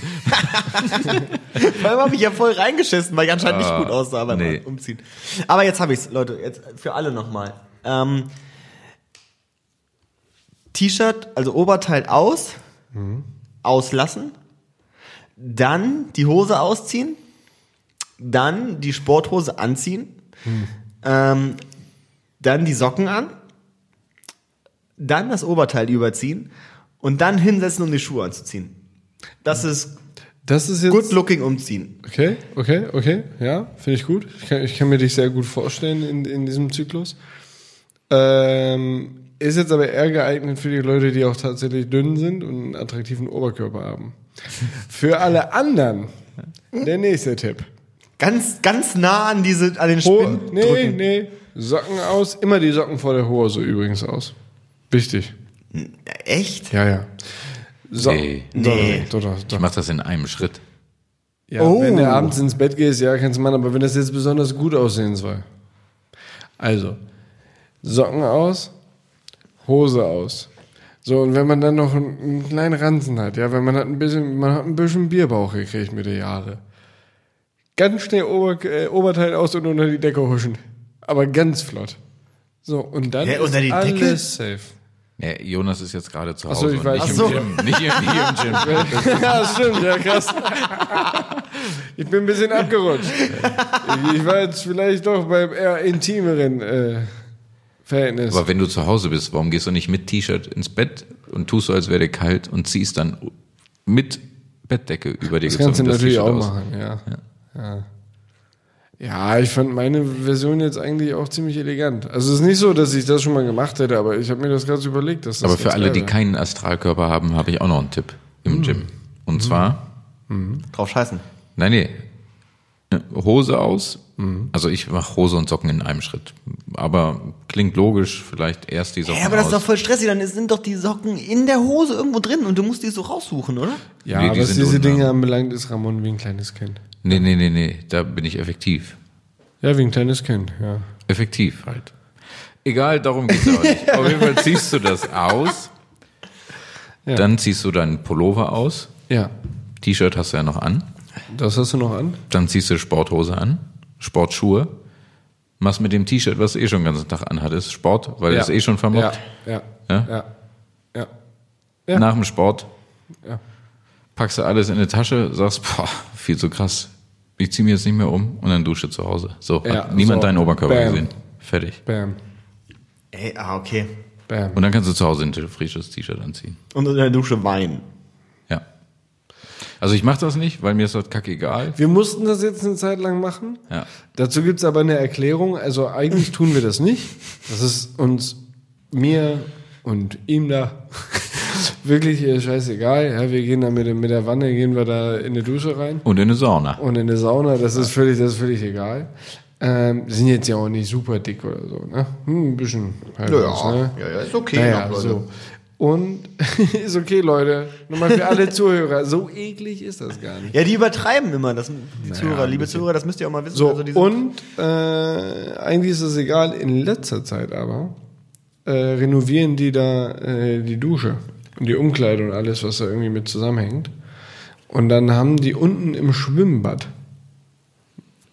Speaker 3: Vor allem habe ich ja voll reingeschissen, weil ich anscheinend nicht gut aussah beim
Speaker 2: nee.
Speaker 3: Umziehen. Aber jetzt habe ich's, Leute, jetzt für alle nochmal. Ähm, T-Shirt, also Oberteil aus, auslassen, dann die Hose ausziehen, dann die Sporthose anziehen, ähm, dann die Socken an, dann das Oberteil überziehen und dann hinsetzen, um die Schuhe anzuziehen. Das ist
Speaker 1: Das ist jetzt...
Speaker 3: good looking umziehen.
Speaker 1: Okay, okay, okay. Ja, finde ich gut. Ich kann, ich kann mir dich sehr gut vorstellen in, in diesem Zyklus. Ähm, ist jetzt aber eher geeignet für die Leute, die auch tatsächlich dünn sind und einen attraktiven Oberkörper haben. Für alle anderen, der nächste Tipp.
Speaker 3: Ganz, ganz nah an diese, an den
Speaker 1: Ho
Speaker 3: Spind
Speaker 1: nee,
Speaker 3: drücken.
Speaker 1: nee. Socken aus, immer die Socken vor der Hose übrigens aus. Wichtig.
Speaker 3: Echt?
Speaker 1: Ja, ja. So,
Speaker 2: Nee.
Speaker 1: Doch,
Speaker 3: Nee.
Speaker 1: Doch, doch, doch.
Speaker 2: Ich mache das in einem Schritt.
Speaker 1: Ja,
Speaker 3: Oh.
Speaker 1: wenn du abends ins Bett gehst, ja, kannst du machen, aber wenn das jetzt besonders gut aussehen soll. Also, Socken aus, Hose aus. So, und wenn man dann noch einen, einen kleinen Ranzen hat, ja, wenn man hat ein bisschen, man hat ein bisschen Bierbauch gekriegt mit den Jahren. Ganz schnell Ober, äh, Oberteil aus und unter die Decke huschen. Aber ganz flott. So, und dann
Speaker 3: Hä, unter die
Speaker 1: ist
Speaker 3: Decke?
Speaker 1: alles safe.
Speaker 2: Nee, Jonas ist jetzt gerade zu
Speaker 1: Ach
Speaker 2: Hause
Speaker 1: so, ich
Speaker 2: und
Speaker 1: weiß.
Speaker 2: nicht,
Speaker 1: Ach so.
Speaker 2: im Gym, nicht, im, nicht im Gym.
Speaker 1: ja, stimmt, ja, krass. Ich bin ein bisschen abgerutscht. Ich, ich war jetzt vielleicht doch beim eher intimeren äh, Verhältnis.
Speaker 2: Aber wenn du zu Hause bist, warum gehst du nicht mit T-Shirt ins Bett und tust so, als wäre dir kalt und ziehst dann mit Bettdecke über dir
Speaker 1: das
Speaker 2: gezogen
Speaker 1: kannst du natürlich
Speaker 2: T-Shirt
Speaker 1: auch
Speaker 2: aus?
Speaker 1: machen, ja. ja. Ja, ich fand meine Version jetzt eigentlich auch ziemlich elegant. Also es ist nicht so, dass ich das schon mal gemacht hätte, aber ich habe mir das gerade so überlegt. Dass das
Speaker 2: Aber für
Speaker 1: ganz
Speaker 2: alle,
Speaker 1: geil Hm.
Speaker 2: die
Speaker 1: wäre.
Speaker 2: keinen Astralkörper haben, habe ich auch noch einen Tipp im Gym. Und
Speaker 1: Hm.
Speaker 2: zwar
Speaker 3: Drauf scheißen.
Speaker 2: Nein, nee. Hose aus.
Speaker 3: Mhm.
Speaker 2: Also ich mache Hose und Socken in einem Schritt. Aber klingt logisch, vielleicht erst die Socken
Speaker 3: Ja, aber das ist doch
Speaker 2: aus.
Speaker 3: voll stressig. Dann sind doch die Socken in der Hose irgendwo drin und du musst die so raussuchen, oder?
Speaker 1: Ja,
Speaker 2: Nee, die
Speaker 1: was
Speaker 2: sind
Speaker 1: diese
Speaker 2: unten
Speaker 1: Dinge
Speaker 2: am-
Speaker 1: anbelangt, ist Ramon wie ein kleines Kind.
Speaker 2: Nee, nee, nee, nee, da bin ich effektiv.
Speaker 1: Ja, wie ein kleines Kind, ja.
Speaker 2: Effektiv halt. Egal, darum geht's aber nicht. Auf jeden Fall ziehst du das aus.
Speaker 1: Ja.
Speaker 2: Dann ziehst du deinen Pullover aus.
Speaker 1: Ja,
Speaker 2: T-Shirt hast du ja noch an.
Speaker 1: das hast du noch an?
Speaker 2: Dann ziehst du Sporthose an, Sportschuhe. Machst mit dem T-Shirt, was du eh schon den ganzen Tag anhattest, Sport, weil
Speaker 1: ja.
Speaker 2: das eh schon vermobbt.
Speaker 1: Ja, ja,
Speaker 2: Ja?
Speaker 1: ja, ja. Ja.
Speaker 2: Nach dem Sport
Speaker 1: Ja.
Speaker 2: packst du alles in eine Tasche, sagst, boah, viel zu krass. Ich ziehe mir jetzt nicht mehr um und dann dusche zu Hause. So,
Speaker 1: Ja,
Speaker 2: hat niemand
Speaker 1: so,
Speaker 2: deinen Oberkörper
Speaker 1: bam.
Speaker 2: gesehen. Fertig.
Speaker 1: Bam,
Speaker 3: Ey, ah, okay.
Speaker 1: bam.
Speaker 2: Und dann kannst du zu Hause ein t- frisches T-Shirt anziehen.
Speaker 3: Und in der Dusche weinen.
Speaker 2: Ja. Also ich mache das nicht, weil mir ist das kackegal.
Speaker 1: Wir mussten das jetzt eine Zeit lang machen.
Speaker 2: Ja.
Speaker 1: Dazu gibt es aber eine Erklärung. Also eigentlich tun wir das nicht. Das ist uns, mir und ihm da wirklich äh, scheißegal. Ja, wir gehen da mit, der- mit der Wanne, gehen wir da in die Dusche rein
Speaker 2: Und in eine Sauna.
Speaker 1: und in die Sauna. Das ist völlig, das ist völlig egal. Ähm, sind jetzt ja auch nicht super dick oder so. Ne? Hm, ein bisschen. Halt was, ne?
Speaker 3: ja, ist okay.
Speaker 1: Naja, so. Und ist okay, Leute. Nur mal für alle Zuhörer. So eklig ist das gar nicht.
Speaker 3: Ja, die übertreiben immer, das, die Zuhörer,
Speaker 2: ein
Speaker 3: liebe
Speaker 2: bisschen.
Speaker 3: Zuhörer, das müsst ihr auch mal wissen.
Speaker 1: So,
Speaker 3: Also diese-
Speaker 1: und äh, eigentlich ist es egal, in letzter Zeit aber äh, renovieren die da äh, die Dusche und die Umkleide und alles, was da irgendwie mit zusammenhängt. Und dann haben die unten im Schwimmbad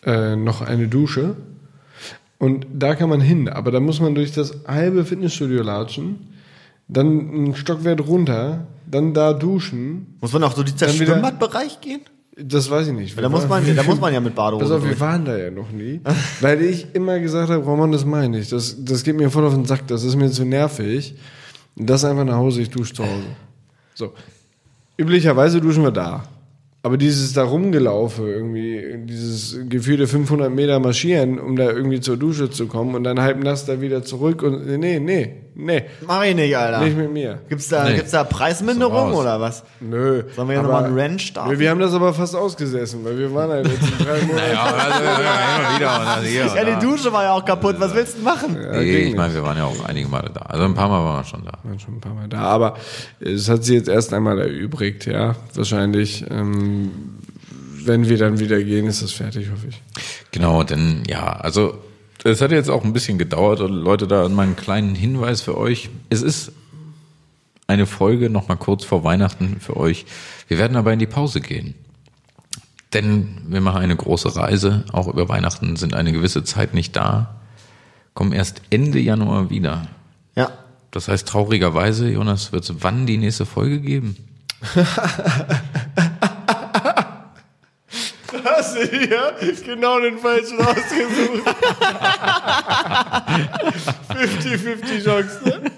Speaker 1: äh, noch eine Dusche. Und da kann man hin, aber da muss man durch das halbe Fitnessstudio latschen, dann einen Stockwert runter, dann da duschen.
Speaker 3: muss man auch so die
Speaker 1: Dann wieder-
Speaker 3: Schwimmbadbereich gehen?
Speaker 1: Das weiß ich nicht.
Speaker 3: Weil da muss man, da muss man ja mit
Speaker 1: Pass
Speaker 3: Badehose
Speaker 1: auf,
Speaker 3: durch.
Speaker 1: wir waren da ja noch nie, weil ich immer gesagt habe, Roman, das meine ich. Das, das geht mir voll auf den Sack, das ist mir zu nervig. Das einfach nach Hause, ich dusche zu Hause. So. Üblicherweise duschen wir da. Aber dieses da rumgelaufe irgendwie, dieses gefühlte 500 Meter marschieren, um da irgendwie zur Dusche zu kommen und dann halb nass da wieder zurück und nee, nee, nee,
Speaker 3: Mach ich nicht, Alter.
Speaker 1: nicht mit mir.
Speaker 3: Gibt's da,
Speaker 2: Nee.
Speaker 3: gibt's da
Speaker 2: So
Speaker 3: Preisminderung
Speaker 2: raus.
Speaker 3: oder was?
Speaker 1: Nö.
Speaker 3: Sollen wir ja nochmal einen Ranch starten?
Speaker 1: Wir, wir haben das aber fast ausgesessen, weil wir waren halt jetzt in drei Monaten.
Speaker 2: Ja, also, immer wieder. Und dann hier und
Speaker 3: Ja,
Speaker 2: da.
Speaker 3: die Dusche war ja auch kaputt, was willst du machen?
Speaker 1: Ja, ging
Speaker 2: Nee, ich
Speaker 1: nicht.
Speaker 2: meine, wir waren ja auch einige Male da. Also ein paar Mal waren wir schon da.
Speaker 1: waren schon ein paar Mal da, aber es hat sie jetzt erst einmal erübrigt, ja. Wahrscheinlich, ähm, wenn wir dann wieder gehen, ist das fertig, hoffe ich.
Speaker 2: Genau, denn ja, also es hat jetzt auch ein bisschen gedauert und Leute, da mal einen kleinen Hinweis für euch. Es ist eine Folge noch mal kurz vor Weihnachten für euch. Wir werden aber in die Pause gehen. Denn wir machen eine große Reise, auch über Weihnachten sind eine gewisse Zeit nicht da, kommen erst Ende Januar wieder.
Speaker 3: Ja.
Speaker 2: Das heißt traurigerweise, Jonas, wird es wann die nächste Folge geben?
Speaker 3: Hast du hier genau den falschen ausgesucht? 50-50 Jokes, ne?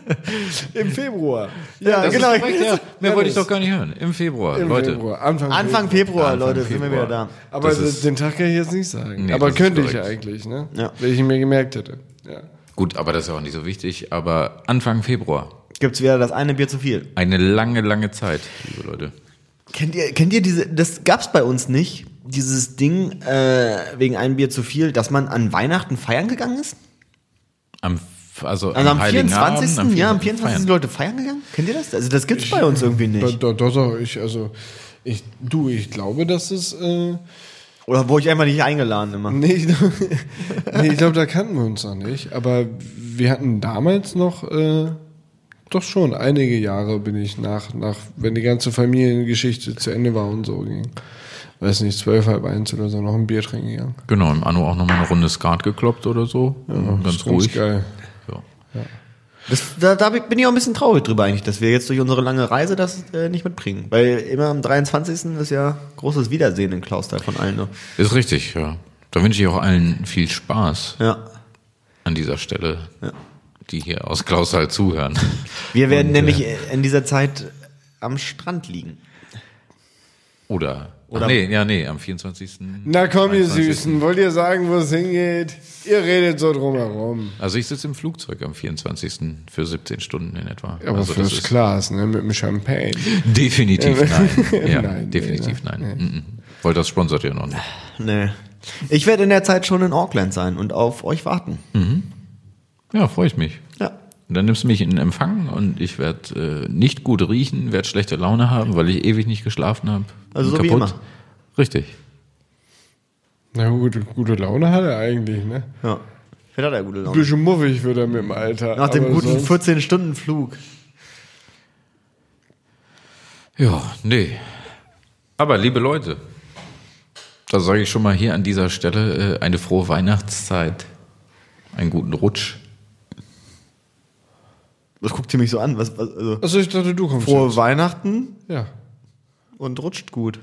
Speaker 1: Im Februar.
Speaker 3: Ja,
Speaker 2: Das
Speaker 3: genau.
Speaker 2: ist korrekt, ja. Mehr
Speaker 1: Ja,
Speaker 2: wollte ich
Speaker 1: das-
Speaker 2: doch gar nicht hören. Im Februar,
Speaker 1: Im
Speaker 2: Leute.
Speaker 1: Februar, Anfang,
Speaker 3: Anfang
Speaker 1: Februar.
Speaker 3: Februar,
Speaker 2: Anfang
Speaker 3: Leute, sind wir
Speaker 2: Februar.
Speaker 3: wieder da.
Speaker 1: Aber
Speaker 2: Das ist-
Speaker 1: den Tag kann ich jetzt nicht sagen.
Speaker 2: Nee,
Speaker 1: aber
Speaker 2: das ist
Speaker 1: könnte ich ja
Speaker 2: korrekt.
Speaker 1: eigentlich, ne?
Speaker 3: Ja.
Speaker 1: Wenn ich ihn mir gemerkt hätte. Ja.
Speaker 2: Gut, aber das ist ja auch nicht so wichtig. Aber Anfang Februar.
Speaker 3: Gibt's wieder das eine Bier zu viel.
Speaker 2: Eine lange, lange Zeit, liebe Leute.
Speaker 3: Kennt ihr, kennt ihr diese, das gab's bei uns nicht, dieses Ding äh, wegen einem Bier zu viel, dass man an Weihnachten feiern gegangen ist?
Speaker 2: Am, F- also,
Speaker 3: Also am
Speaker 2: Heiligen
Speaker 3: 24.
Speaker 2: Abend,
Speaker 3: ja, am 24. sind
Speaker 2: feiern.
Speaker 3: Leute feiern gegangen? Kennt ihr das? Also das gibt's bei uns irgendwie nicht.
Speaker 1: Doch, doch, doch, ich, also, ich, du, ich glaube, dass es, äh,
Speaker 3: Oder wurde ich einfach nicht eingeladen immer?
Speaker 1: Nee, ich glaube, nee, ich glaub, da kannten wir uns noch nicht. Aber wir hatten damals noch, äh, doch schon, einige Jahre bin ich nach, nach, wenn die ganze Familiengeschichte zu Ende war und so ging. Weiß nicht, zwölf, halb eins oder so, noch ein Bier trinken gegangen.
Speaker 2: Genau, im Anno auch nochmal eine Runde Skat gekloppt oder so. Mhm, ganz
Speaker 1: Ist
Speaker 2: ruhig.
Speaker 1: geil.
Speaker 2: Ja.
Speaker 3: Das, da, da bin ich auch ein bisschen traurig drüber eigentlich, dass wir jetzt durch unsere lange Reise das äh, nicht mitbringen. Weil immer am 23. ist ja großes Wiedersehen in Klausthal von allen. Ne?
Speaker 2: Ist richtig, ja. Da wünsche ich auch allen viel Spaß
Speaker 3: Ja.
Speaker 2: an dieser Stelle, die hier aus Klaus halt zuhören.
Speaker 3: Wir werden
Speaker 2: Und,
Speaker 3: nämlich
Speaker 2: äh,
Speaker 3: äh, in dieser Zeit am Strand liegen.
Speaker 2: oder.
Speaker 3: Oder-
Speaker 2: Ach, nee, ja, nee, am 24.
Speaker 1: Na komm, ihr
Speaker 2: 23..
Speaker 1: Süßen, wollt ihr sagen, wo es hingeht? Ihr redet so drumherum.
Speaker 2: Also ich sitze im Flugzeug am 24. für 17 Stunden in etwa.
Speaker 1: Aber
Speaker 2: also
Speaker 1: First Class, ne, mit dem Champagne.
Speaker 2: Definitiv nein. Ja,
Speaker 1: Nein,
Speaker 2: definitiv nein. Mhm. Wollt das sponsert ihr noch nicht.
Speaker 3: Nee. Ich werde in der Zeit schon in Auckland sein und auf euch warten.
Speaker 2: Ja, freue ich mich.
Speaker 3: Ja.
Speaker 2: Und Dann nimmst du mich in Empfang und ich werde äh, nicht gut riechen, werde schlechte Laune haben, weil ich ewig nicht geschlafen habe.
Speaker 3: Also
Speaker 2: Bin
Speaker 3: so wie immer.
Speaker 2: Richtig.
Speaker 1: Na gut, gute Laune hat er eigentlich, ne?
Speaker 3: Ja. Ich werde da gute Laune.
Speaker 1: Bisschen muffig wird er mit dem Alter.
Speaker 3: Nach dem
Speaker 1: aber
Speaker 3: guten
Speaker 1: sonst-
Speaker 3: 14-Stunden-Flug.
Speaker 2: Ja, nee. Aber liebe Leute, da sage ich schon mal hier an dieser Stelle äh, eine frohe Weihnachtszeit, einen guten Rutsch.
Speaker 3: Was guckt ihr mich so an? Was, was, also,
Speaker 1: Achso, ich dachte, du kommst.
Speaker 3: frohe Weihnachten
Speaker 1: Ja.
Speaker 3: und rutscht gut.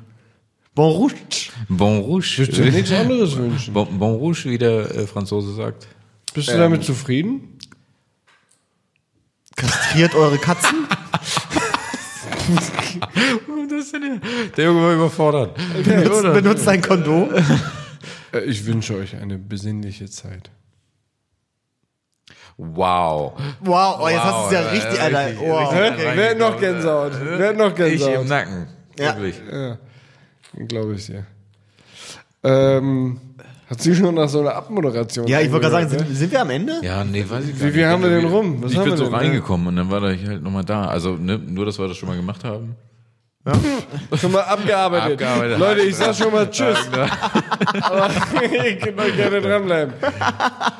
Speaker 3: Bon Rutsch.
Speaker 2: Bon Rouge.
Speaker 1: Würdest du dir nichts anderes wünschen?
Speaker 2: Bon, bon Rouge, wie der äh, Franzose sagt.
Speaker 1: Bist du damit zufrieden?
Speaker 3: Kastriert eure Katzen?
Speaker 2: Der Junge war überfordert.
Speaker 3: benutzt, benutzt ein Kondom?
Speaker 1: Äh, Ich wünsche euch eine besinnliche Zeit.
Speaker 2: Wow.
Speaker 3: Wow, oh, jetzt
Speaker 2: Wow,
Speaker 3: hast du es ja
Speaker 2: ja,
Speaker 3: richtig,
Speaker 2: ja,
Speaker 3: Alter.
Speaker 2: richtig,
Speaker 3: wow.
Speaker 2: richtig.
Speaker 1: Hä? Wer hat noch Gänsehaut? Wer hat noch
Speaker 2: äh, Ich im
Speaker 1: Gänsehaut?
Speaker 2: Nacken.
Speaker 3: Ja.
Speaker 2: Wirklich.
Speaker 1: Glaube ich dir. Ähm, Hat sie schon nach so einer Abmoderation.
Speaker 3: Ja, ich wollte gerade sagen,
Speaker 1: angehört, ne?
Speaker 3: sind, sind wir am Ende?
Speaker 2: Ja, nee, weiß ich
Speaker 1: Wie viel haben wir denn rum? Was
Speaker 2: ich
Speaker 1: haben wir
Speaker 2: bin so
Speaker 1: denn, ne?
Speaker 2: reingekommen und dann war da ich halt nochmal da. Also ne, nur, dass wir das schon mal gemacht haben.
Speaker 1: ne? Schon mal abgearbeitet.
Speaker 2: Abgearbeitet.
Speaker 1: Leute, ich sag schon mal Tschüss. Aber ihr könnt noch gerne dranbleiben.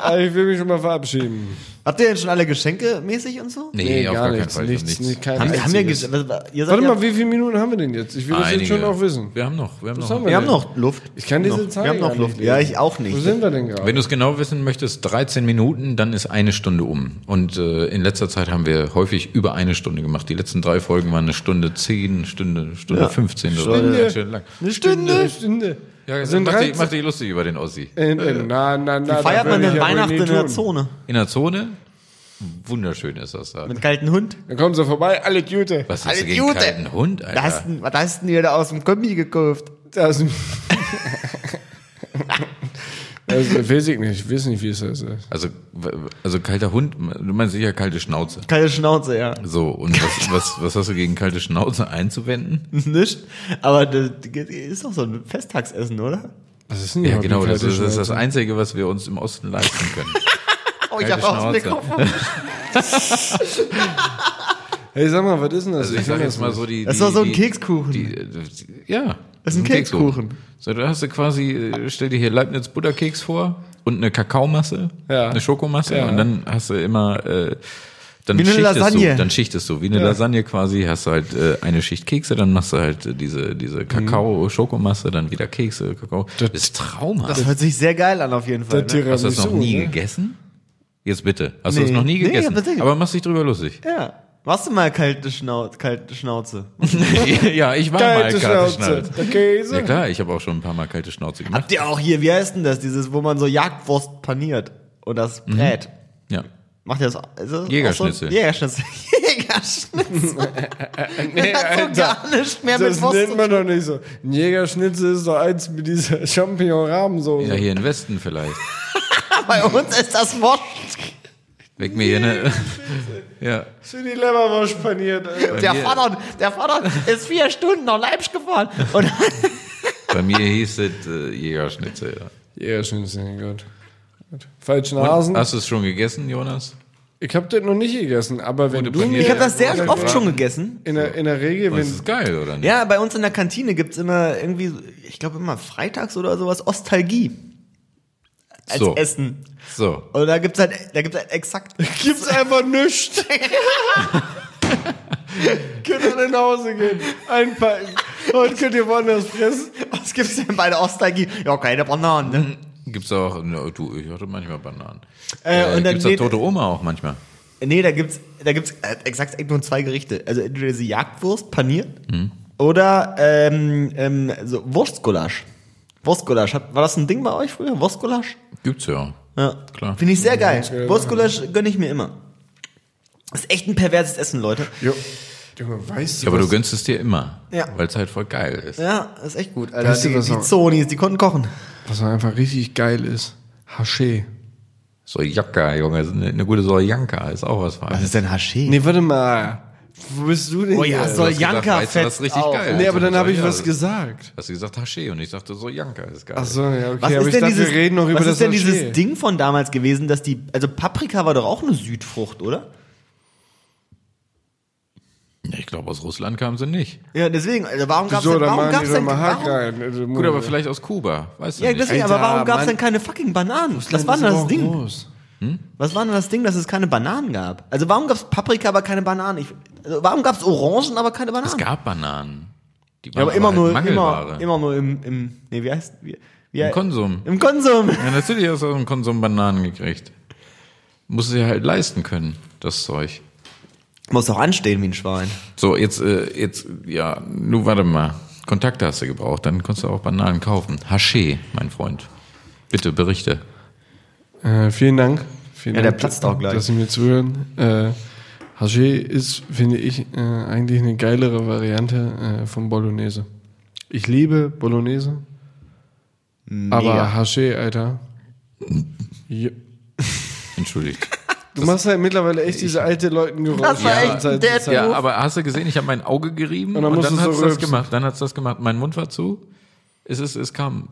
Speaker 1: Aber ich will mich schon mal verabschieden.
Speaker 3: Habt ihr denn schon alle Geschenke mäßig und so?
Speaker 2: Nee,
Speaker 1: Nee,
Speaker 2: auf
Speaker 1: gar
Speaker 2: gar keinen
Speaker 1: nichts,
Speaker 2: Fall. Ich hab
Speaker 1: nichts,
Speaker 2: nichts.
Speaker 1: nee, kein-
Speaker 3: Haben,
Speaker 1: Einziges.
Speaker 3: haben wir Ges- was- was- ihr seid
Speaker 1: Warte
Speaker 3: ja-
Speaker 1: mal, wie viele Minuten haben wir denn jetzt? Ich will das jetzt
Speaker 2: Einige.
Speaker 1: schon auch wissen.
Speaker 2: Wir haben noch. Wir haben
Speaker 1: Was
Speaker 2: noch.
Speaker 1: haben wir
Speaker 3: wir haben
Speaker 1: denn?
Speaker 3: noch Luft.
Speaker 1: Ich kann diese
Speaker 3: noch,
Speaker 1: Zahl
Speaker 3: Wir haben noch
Speaker 1: gar
Speaker 3: Luft.
Speaker 1: nicht
Speaker 3: Ja,
Speaker 1: lesen.
Speaker 3: ich auch
Speaker 1: Wo
Speaker 3: nicht.
Speaker 1: sind wir denn gerade?
Speaker 2: Wenn du es genau wissen möchtest, 13 Minuten, dann ist eine Stunde um. Und äh, in letzter Zeit haben wir häufig über eine Stunde gemacht. Die letzten drei Folgen waren eine Stunde 10, Stunde, Stunde
Speaker 3: Ja.
Speaker 2: 15. Das war
Speaker 1: Stunde.
Speaker 2: ganz schön lang.
Speaker 3: Eine Stunde.
Speaker 1: Eine Stunde.
Speaker 2: Ja, also
Speaker 1: Das sind
Speaker 2: mach, dich,
Speaker 1: 13.
Speaker 2: mach dich lustig über den Ossi.
Speaker 1: Äh, äh, na, na, na,
Speaker 3: Wie
Speaker 1: das
Speaker 3: feiert man
Speaker 1: will ich
Speaker 3: denn
Speaker 1: ja wohl
Speaker 3: Weihnachten
Speaker 1: nie
Speaker 3: in der
Speaker 1: tun.
Speaker 3: Zone?
Speaker 2: In der Zone? Wunderschön ist das da.
Speaker 3: Mit kalten Hund?
Speaker 1: Dann kommen sie vorbei, alle Jute.
Speaker 2: Was ist
Speaker 3: Alle
Speaker 2: gegen
Speaker 3: Jute.
Speaker 2: kalten Hund,
Speaker 3: Da hast,
Speaker 2: Alter?
Speaker 3: du- was hast denn ihr da aus dem Kombi gekauft?
Speaker 1: Das, also, weiß ich nicht, ich weiß nicht, wie es das ist.
Speaker 2: Also, w- also kalter Hund, du meinst sicher kalte Schnauze.
Speaker 3: Kalte Schnauze, ja.
Speaker 2: So, und was, was, was hast du gegen kalte Schnauze einzuwenden?
Speaker 3: Nicht. Aber das ist doch so ein Festtagsessen, oder?
Speaker 1: Was ist denn
Speaker 2: Ja,
Speaker 1: überhaupt
Speaker 2: genau,
Speaker 1: eine
Speaker 2: das ist, das ist das
Speaker 1: Kalteschnauze?
Speaker 2: Einzige, was wir uns im Osten leisten können.
Speaker 3: Oh,
Speaker 2: Kalte
Speaker 3: hab
Speaker 2: Schnauze.
Speaker 1: Hey, sag mal, was ist denn das?
Speaker 2: Also ich
Speaker 1: kenn
Speaker 2: sage jetzt
Speaker 1: das
Speaker 2: mal
Speaker 1: nicht.
Speaker 2: so die.
Speaker 3: Das
Speaker 2: die,
Speaker 3: war so ein
Speaker 2: die-
Speaker 3: Kekskuchen.
Speaker 2: Die, äh, die, ja.
Speaker 3: Das ist ein Kekskuchen.
Speaker 2: So, da hast du quasi, äh, stell dir hier Leibniz Butterkeks vor und eine Kakaomasse,
Speaker 1: Ja.
Speaker 2: eine Schokomasse
Speaker 1: Ja.
Speaker 2: und dann hast du immer äh, dann
Speaker 3: Wie eine
Speaker 2: schichtest
Speaker 3: Lasagne.
Speaker 2: du, dann schichtest du wie eine Lasagne quasi, hast du halt äh, eine Schicht Kekse, dann machst du halt äh, diese
Speaker 3: Mhm.
Speaker 2: diese Kakao Schokomasse, dann wieder Kekse, Kakao. Das ist traumhaft.
Speaker 3: Das hört sich sehr geil an, auf jeden Fall.
Speaker 1: Der
Speaker 3: Ne?
Speaker 2: hast du das noch
Speaker 1: Tiramisu,
Speaker 2: nie
Speaker 1: ne?
Speaker 2: gegessen? Jetzt bitte. Hast du
Speaker 3: Nee.
Speaker 2: das noch nie
Speaker 3: Nee,
Speaker 2: gegessen?
Speaker 3: bitte.
Speaker 2: aber machst dich drüber lustig.
Speaker 3: Ja. Machst du mal kalte, Schnau kalte Schnauze?
Speaker 2: ja, ich war mal
Speaker 1: Kalte
Speaker 2: gerade
Speaker 1: Schnauze.
Speaker 2: schnell.
Speaker 1: Der Käse.
Speaker 2: Ja klar, ich habe auch schon ein paar Mal kalte Schnauze
Speaker 1: Ne?
Speaker 2: gemacht.
Speaker 3: Habt ihr auch hier, wie heißt denn das? Dieses, wo man so Jagdwurst paniert und das
Speaker 1: Mhm.
Speaker 3: brät.
Speaker 2: Ja.
Speaker 3: Macht ihr das? auch- Ist das auch
Speaker 2: Jägerschnitzel.
Speaker 3: So? Jägerschnitzel. Jägerschnitzel.
Speaker 1: nee,
Speaker 3: das hat so
Speaker 1: Alter.
Speaker 3: gar nicht mehr
Speaker 1: Das
Speaker 3: mit Wurst
Speaker 1: nennt
Speaker 3: zu tun.
Speaker 1: man doch nicht so. Ein Jägerschnitzel ist doch eins mit dieser Champignon-Rahmensoße.
Speaker 2: Ja, hier im Westen vielleicht.
Speaker 3: Bei uns ist das Wurst.
Speaker 2: Weg mir hier eine. ja.
Speaker 1: Für die Leberwurst paniert. Alter.
Speaker 3: Der
Speaker 2: mir-
Speaker 3: Vater, der Vater ist vier Stunden nach Leipzig gefahren. Und
Speaker 2: Bei mir hieß es äh, Jägerschnitzel. Ja.
Speaker 1: Jägerschnitzel, Gott. Falschen
Speaker 2: Und,
Speaker 1: Hasen.
Speaker 2: Hast du es schon gegessen, Jonas?
Speaker 1: Ich hab das noch nicht gegessen, aber wenn
Speaker 2: Gute
Speaker 1: du
Speaker 2: Panier.
Speaker 1: mir...
Speaker 3: ich habe Oh, das
Speaker 2: Ja,
Speaker 3: sehr oft
Speaker 2: ja.
Speaker 3: schon gegessen.
Speaker 1: In der, in der Regel,
Speaker 2: Das
Speaker 1: wenn...
Speaker 2: ist geil, oder nicht?
Speaker 3: Ja, bei uns in der Kantine gibt's immer irgendwie, ich glaube immer freitags oder sowas, Ostalgie. Als
Speaker 2: So.
Speaker 3: Essen.
Speaker 2: So.
Speaker 3: Und da gibt's halt, da gibt's halt exakt.
Speaker 1: Gibt's einfach nichts. könnt ihr nach Hause gehen. Einpacken. Heute könnt ihr woanders fressen.
Speaker 3: Was gibt's denn bei der Ostalgie? Ja, keine Bananen. Ne?
Speaker 2: Gibt's auch. Na, du, ich hatte manchmal Bananen.
Speaker 3: Äh, und dann
Speaker 2: gibt's da
Speaker 3: geht-
Speaker 2: tote Oma auch manchmal.
Speaker 3: Nee, da gibt's, da gibt's äh, exakt nur zwei Gerichte. Also entweder diese Jagdwurst paniert
Speaker 1: Mhm.
Speaker 3: oder ähm, ähm, so Wurstgulasch. Wurstgulasch. Hat, war das ein Ding bei euch früher? Wurstgulasch?
Speaker 2: Gibt's ja.
Speaker 3: Ja.
Speaker 2: Klar.
Speaker 3: Finde ich sehr geil. Wurstgulasch gönne ich mir immer. Ist echt ein perverses Essen, Leute.
Speaker 1: Jo. Junge, weißt du
Speaker 2: Ja, aber du
Speaker 1: was?
Speaker 2: gönnst es dir immer.
Speaker 3: Ja.
Speaker 2: Weil es halt voll geil ist.
Speaker 3: Ja, ist echt gut. Alter,
Speaker 1: Weißt du,
Speaker 3: die,
Speaker 1: was
Speaker 3: die
Speaker 1: auch-
Speaker 3: Zonis, die konnten kochen.
Speaker 1: Was einfach richtig geil ist. Haché.
Speaker 2: So Jacka, Junge. ist Eine, eine gute Soljanka ist auch was Feines.
Speaker 3: denn Haché?
Speaker 1: Nee, warte mal. Wo bist du denn?
Speaker 3: Oh ja,
Speaker 1: hier?
Speaker 3: soll
Speaker 2: hast gesagt,
Speaker 3: Janka
Speaker 2: weißt du, was
Speaker 3: fetzt
Speaker 2: richtig
Speaker 3: auch.
Speaker 2: geil ist?
Speaker 1: Nee, aber dann habe ich
Speaker 2: Ja,
Speaker 1: was
Speaker 2: das-
Speaker 1: gesagt.
Speaker 2: Hast du gesagt Haché und ich sagte so Janka ist geil.
Speaker 1: Ach so, ja, okay.
Speaker 3: Was
Speaker 1: aber
Speaker 3: ist
Speaker 1: ich
Speaker 3: denn,
Speaker 1: dachte,
Speaker 3: dieses,
Speaker 1: wir reden noch über
Speaker 3: was
Speaker 1: das
Speaker 3: ist denn
Speaker 1: Haché.
Speaker 3: dieses Ding von damals gewesen, dass die, also Paprika war doch auch eine Südfrucht, oder?
Speaker 2: Ja, ich glaube, aus Russland kamen sie nicht.
Speaker 3: Ja, deswegen, also warum gab's
Speaker 1: So,
Speaker 3: denn,
Speaker 1: da
Speaker 3: warum
Speaker 1: machen die
Speaker 3: gab's
Speaker 1: doch
Speaker 3: denn,
Speaker 1: mal Hack
Speaker 3: warum,
Speaker 1: rein. Also,
Speaker 2: Gut, aber
Speaker 1: Mund-
Speaker 2: vielleicht aus Kuba. Weißt du
Speaker 3: ja,
Speaker 2: nicht.
Speaker 3: deswegen,
Speaker 1: Alter,
Speaker 3: aber warum gab's
Speaker 1: Mann.
Speaker 3: denn keine fucking Bananen? Was war denn
Speaker 1: ist
Speaker 3: das
Speaker 1: auch
Speaker 3: Ding?
Speaker 1: groß.
Speaker 3: Was war denn das Ding, dass es keine Bananen gab? Also warum gab's Paprika, aber keine Bananen? Ich, also warum gab's Orangen, aber keine Bananen?
Speaker 2: es gab Bananen. Die waren
Speaker 3: ja, aber immer
Speaker 2: halt
Speaker 3: nur,
Speaker 2: Mangelware.
Speaker 3: immer, immer nur im, im, nee, wie heißt, wie, wie
Speaker 2: Im Konsum.
Speaker 3: Im Konsum.
Speaker 2: Ja, natürlich hast du aus dem Konsum Bananen gekriegt. Musst du dir halt leisten können, das Zeug.
Speaker 3: Muss doch anstehen wie ein Schwein.
Speaker 2: So, jetzt, äh, jetzt, ja, nun warte mal. Kontakte hast du gebraucht, dann konntest du auch Bananen kaufen. Haché, mein Freund. Bitte berichte.
Speaker 1: Äh, vielen Dank. Vielen
Speaker 3: Ja, der
Speaker 1: Dank,
Speaker 3: platzt auch gleich.
Speaker 1: Dass Sie mir zuhören. Äh, Haché ist, finde ich, äh, eigentlich eine geilere Variante äh, von Bolognese. Ich liebe Bolognese. Aber Haché, Alter. Ja.
Speaker 2: Entschuldigt.
Speaker 1: Du machst halt mittlerweile echt diese alte Leuten-Geräusche.
Speaker 3: Das war echt ein
Speaker 1: Zeit zu
Speaker 3: Dad-
Speaker 1: Zeit.
Speaker 2: Ja, aber hast du gesehen, ich habe mein Auge gerieben
Speaker 1: Und
Speaker 2: und
Speaker 1: dann
Speaker 2: dann,
Speaker 1: musstest du
Speaker 2: hat's das
Speaker 1: rülpsen.
Speaker 2: gemacht. Dann hat's das gemacht. Mein Mund war zu. Es, ist, es kam.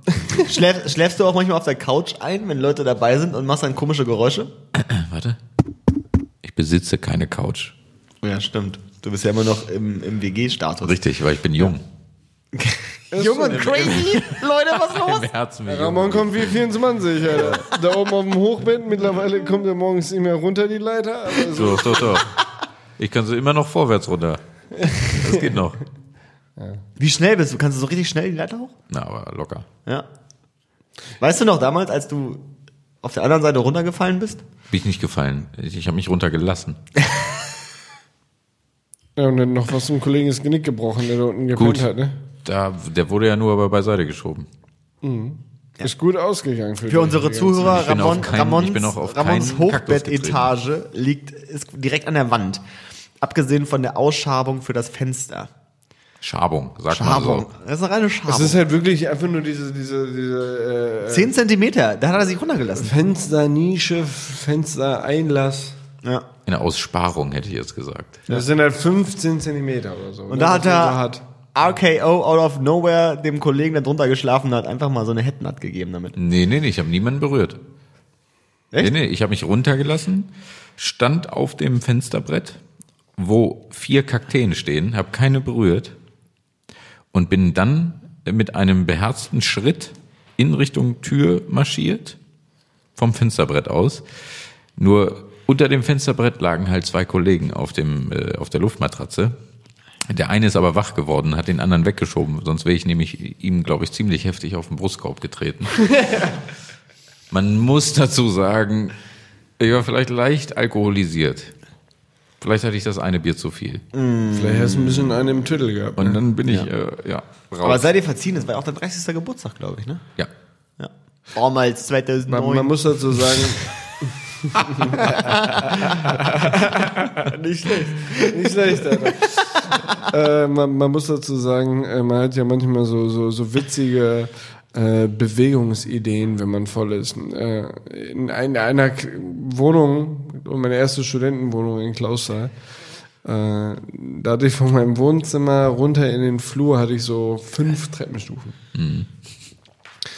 Speaker 3: Schläf, schläfst du auch manchmal auf der Couch ein, wenn Leute dabei sind und machst dann komische Geräusche?
Speaker 2: Warte. Ich besitze keine Couch.
Speaker 3: Ja, stimmt. Du bist ja immer noch im, im WG-Status.
Speaker 2: Richtig, weil ich bin jung.
Speaker 3: Jung und crazy? Leute, was los?
Speaker 2: Im Herzen bin ich jung.
Speaker 1: Ramon kommt wie 24, Alter. Da oben auf dem Hochbett, mittlerweile kommt er morgens nicht mehr runter, die Leiter. Also, Aber so.
Speaker 2: So, so, so. Ich kann so immer noch vorwärts runter. Das geht noch.
Speaker 3: Wie schnell bist du? Kannst du so richtig schnell die Leiter hoch?
Speaker 2: Na, aber locker.
Speaker 3: Ja. Weißt du noch damals, als du auf der anderen Seite runtergefallen bist?
Speaker 2: Bin ich nicht gefallen. Ich, ich habe mich runtergelassen.
Speaker 1: Ja, und dann noch was zum Kollegen das Genick gebrochen, der da unten gepennt
Speaker 2: Gut.
Speaker 1: hat, ne?
Speaker 2: Da, der wurde ja nur aber beiseite geschoben.
Speaker 1: Ist gut ausgegangen für,
Speaker 3: Für unsere Zuhörer,
Speaker 2: Ich bin auf
Speaker 3: Ramon,
Speaker 2: keinen-
Speaker 3: Ramons,
Speaker 2: ich bin auch auf
Speaker 3: Ramons
Speaker 2: keinen Kaktus
Speaker 3: Hochbettetage liegt ist direkt an der Wand. Abgesehen von der Ausschabung für das Fenster.
Speaker 2: Schabung, sag mal
Speaker 3: Schabung.
Speaker 2: so.
Speaker 3: Das ist eine reine
Speaker 1: Es
Speaker 3: Schabung.
Speaker 1: ist halt wirklich einfach nur diese, diese, diese äh,
Speaker 3: 10 Zentimeter, da hat er sich runtergelassen.
Speaker 1: Fensternische, Fenstereinlass.
Speaker 3: Ja.
Speaker 2: Eine Aussparung, hätte ich jetzt gesagt.
Speaker 1: Das sind halt 15 Zentimeter oder so. ne,
Speaker 3: Und da hat er RKO out of nowhere dem Kollegen, der drunter geschlafen hat, einfach mal so eine Headnut gegeben damit.
Speaker 2: Nee, nee, nee, ich habe niemanden berührt.
Speaker 3: Echt?
Speaker 2: Nee, nee, ich habe mich runtergelassen, stand auf dem Fensterbrett, wo vier Kakteen stehen, habe keine berührt und bin dann mit einem beherzten Schritt in Richtung Tür marschiert, vom Fensterbrett aus. Nur unter dem Fensterbrett lagen halt zwei Kollegen auf, dem, äh, auf der Luftmatratze. Der eine ist aber wach geworden, hat den anderen weggeschoben, sonst wäre ich nämlich ihm, glaube ich, ziemlich heftig auf den Brustkorb getreten. Man muss dazu sagen, ich war vielleicht leicht alkoholisiert. Vielleicht hatte ich das eine Bier zu viel.
Speaker 1: Mhm. Vielleicht hast du ein bisschen einen im Tüttel gehabt.
Speaker 2: Und dann bin ich, ja, äh, ja raus.
Speaker 3: Aber seid ihr verziehen, das war ja auch dein 30. Geburtstag, glaube ich, ne?
Speaker 2: ja.
Speaker 3: Ja. Damals 2009.
Speaker 1: man, man muss dazu sagen,
Speaker 3: nicht schlecht.
Speaker 1: nicht schlecht, Alter. äh, man, man muss dazu sagen, äh, man hat ja manchmal so, so, so witzige äh, Bewegungsideen, wenn man voll ist. Äh, in, ein, einer K- Wohnung, meine erste Studentenwohnung in Klausthal, äh, da hatte ich von meinem Wohnzimmer runter in den Flur, hatte ich so fünf Treppenstufen.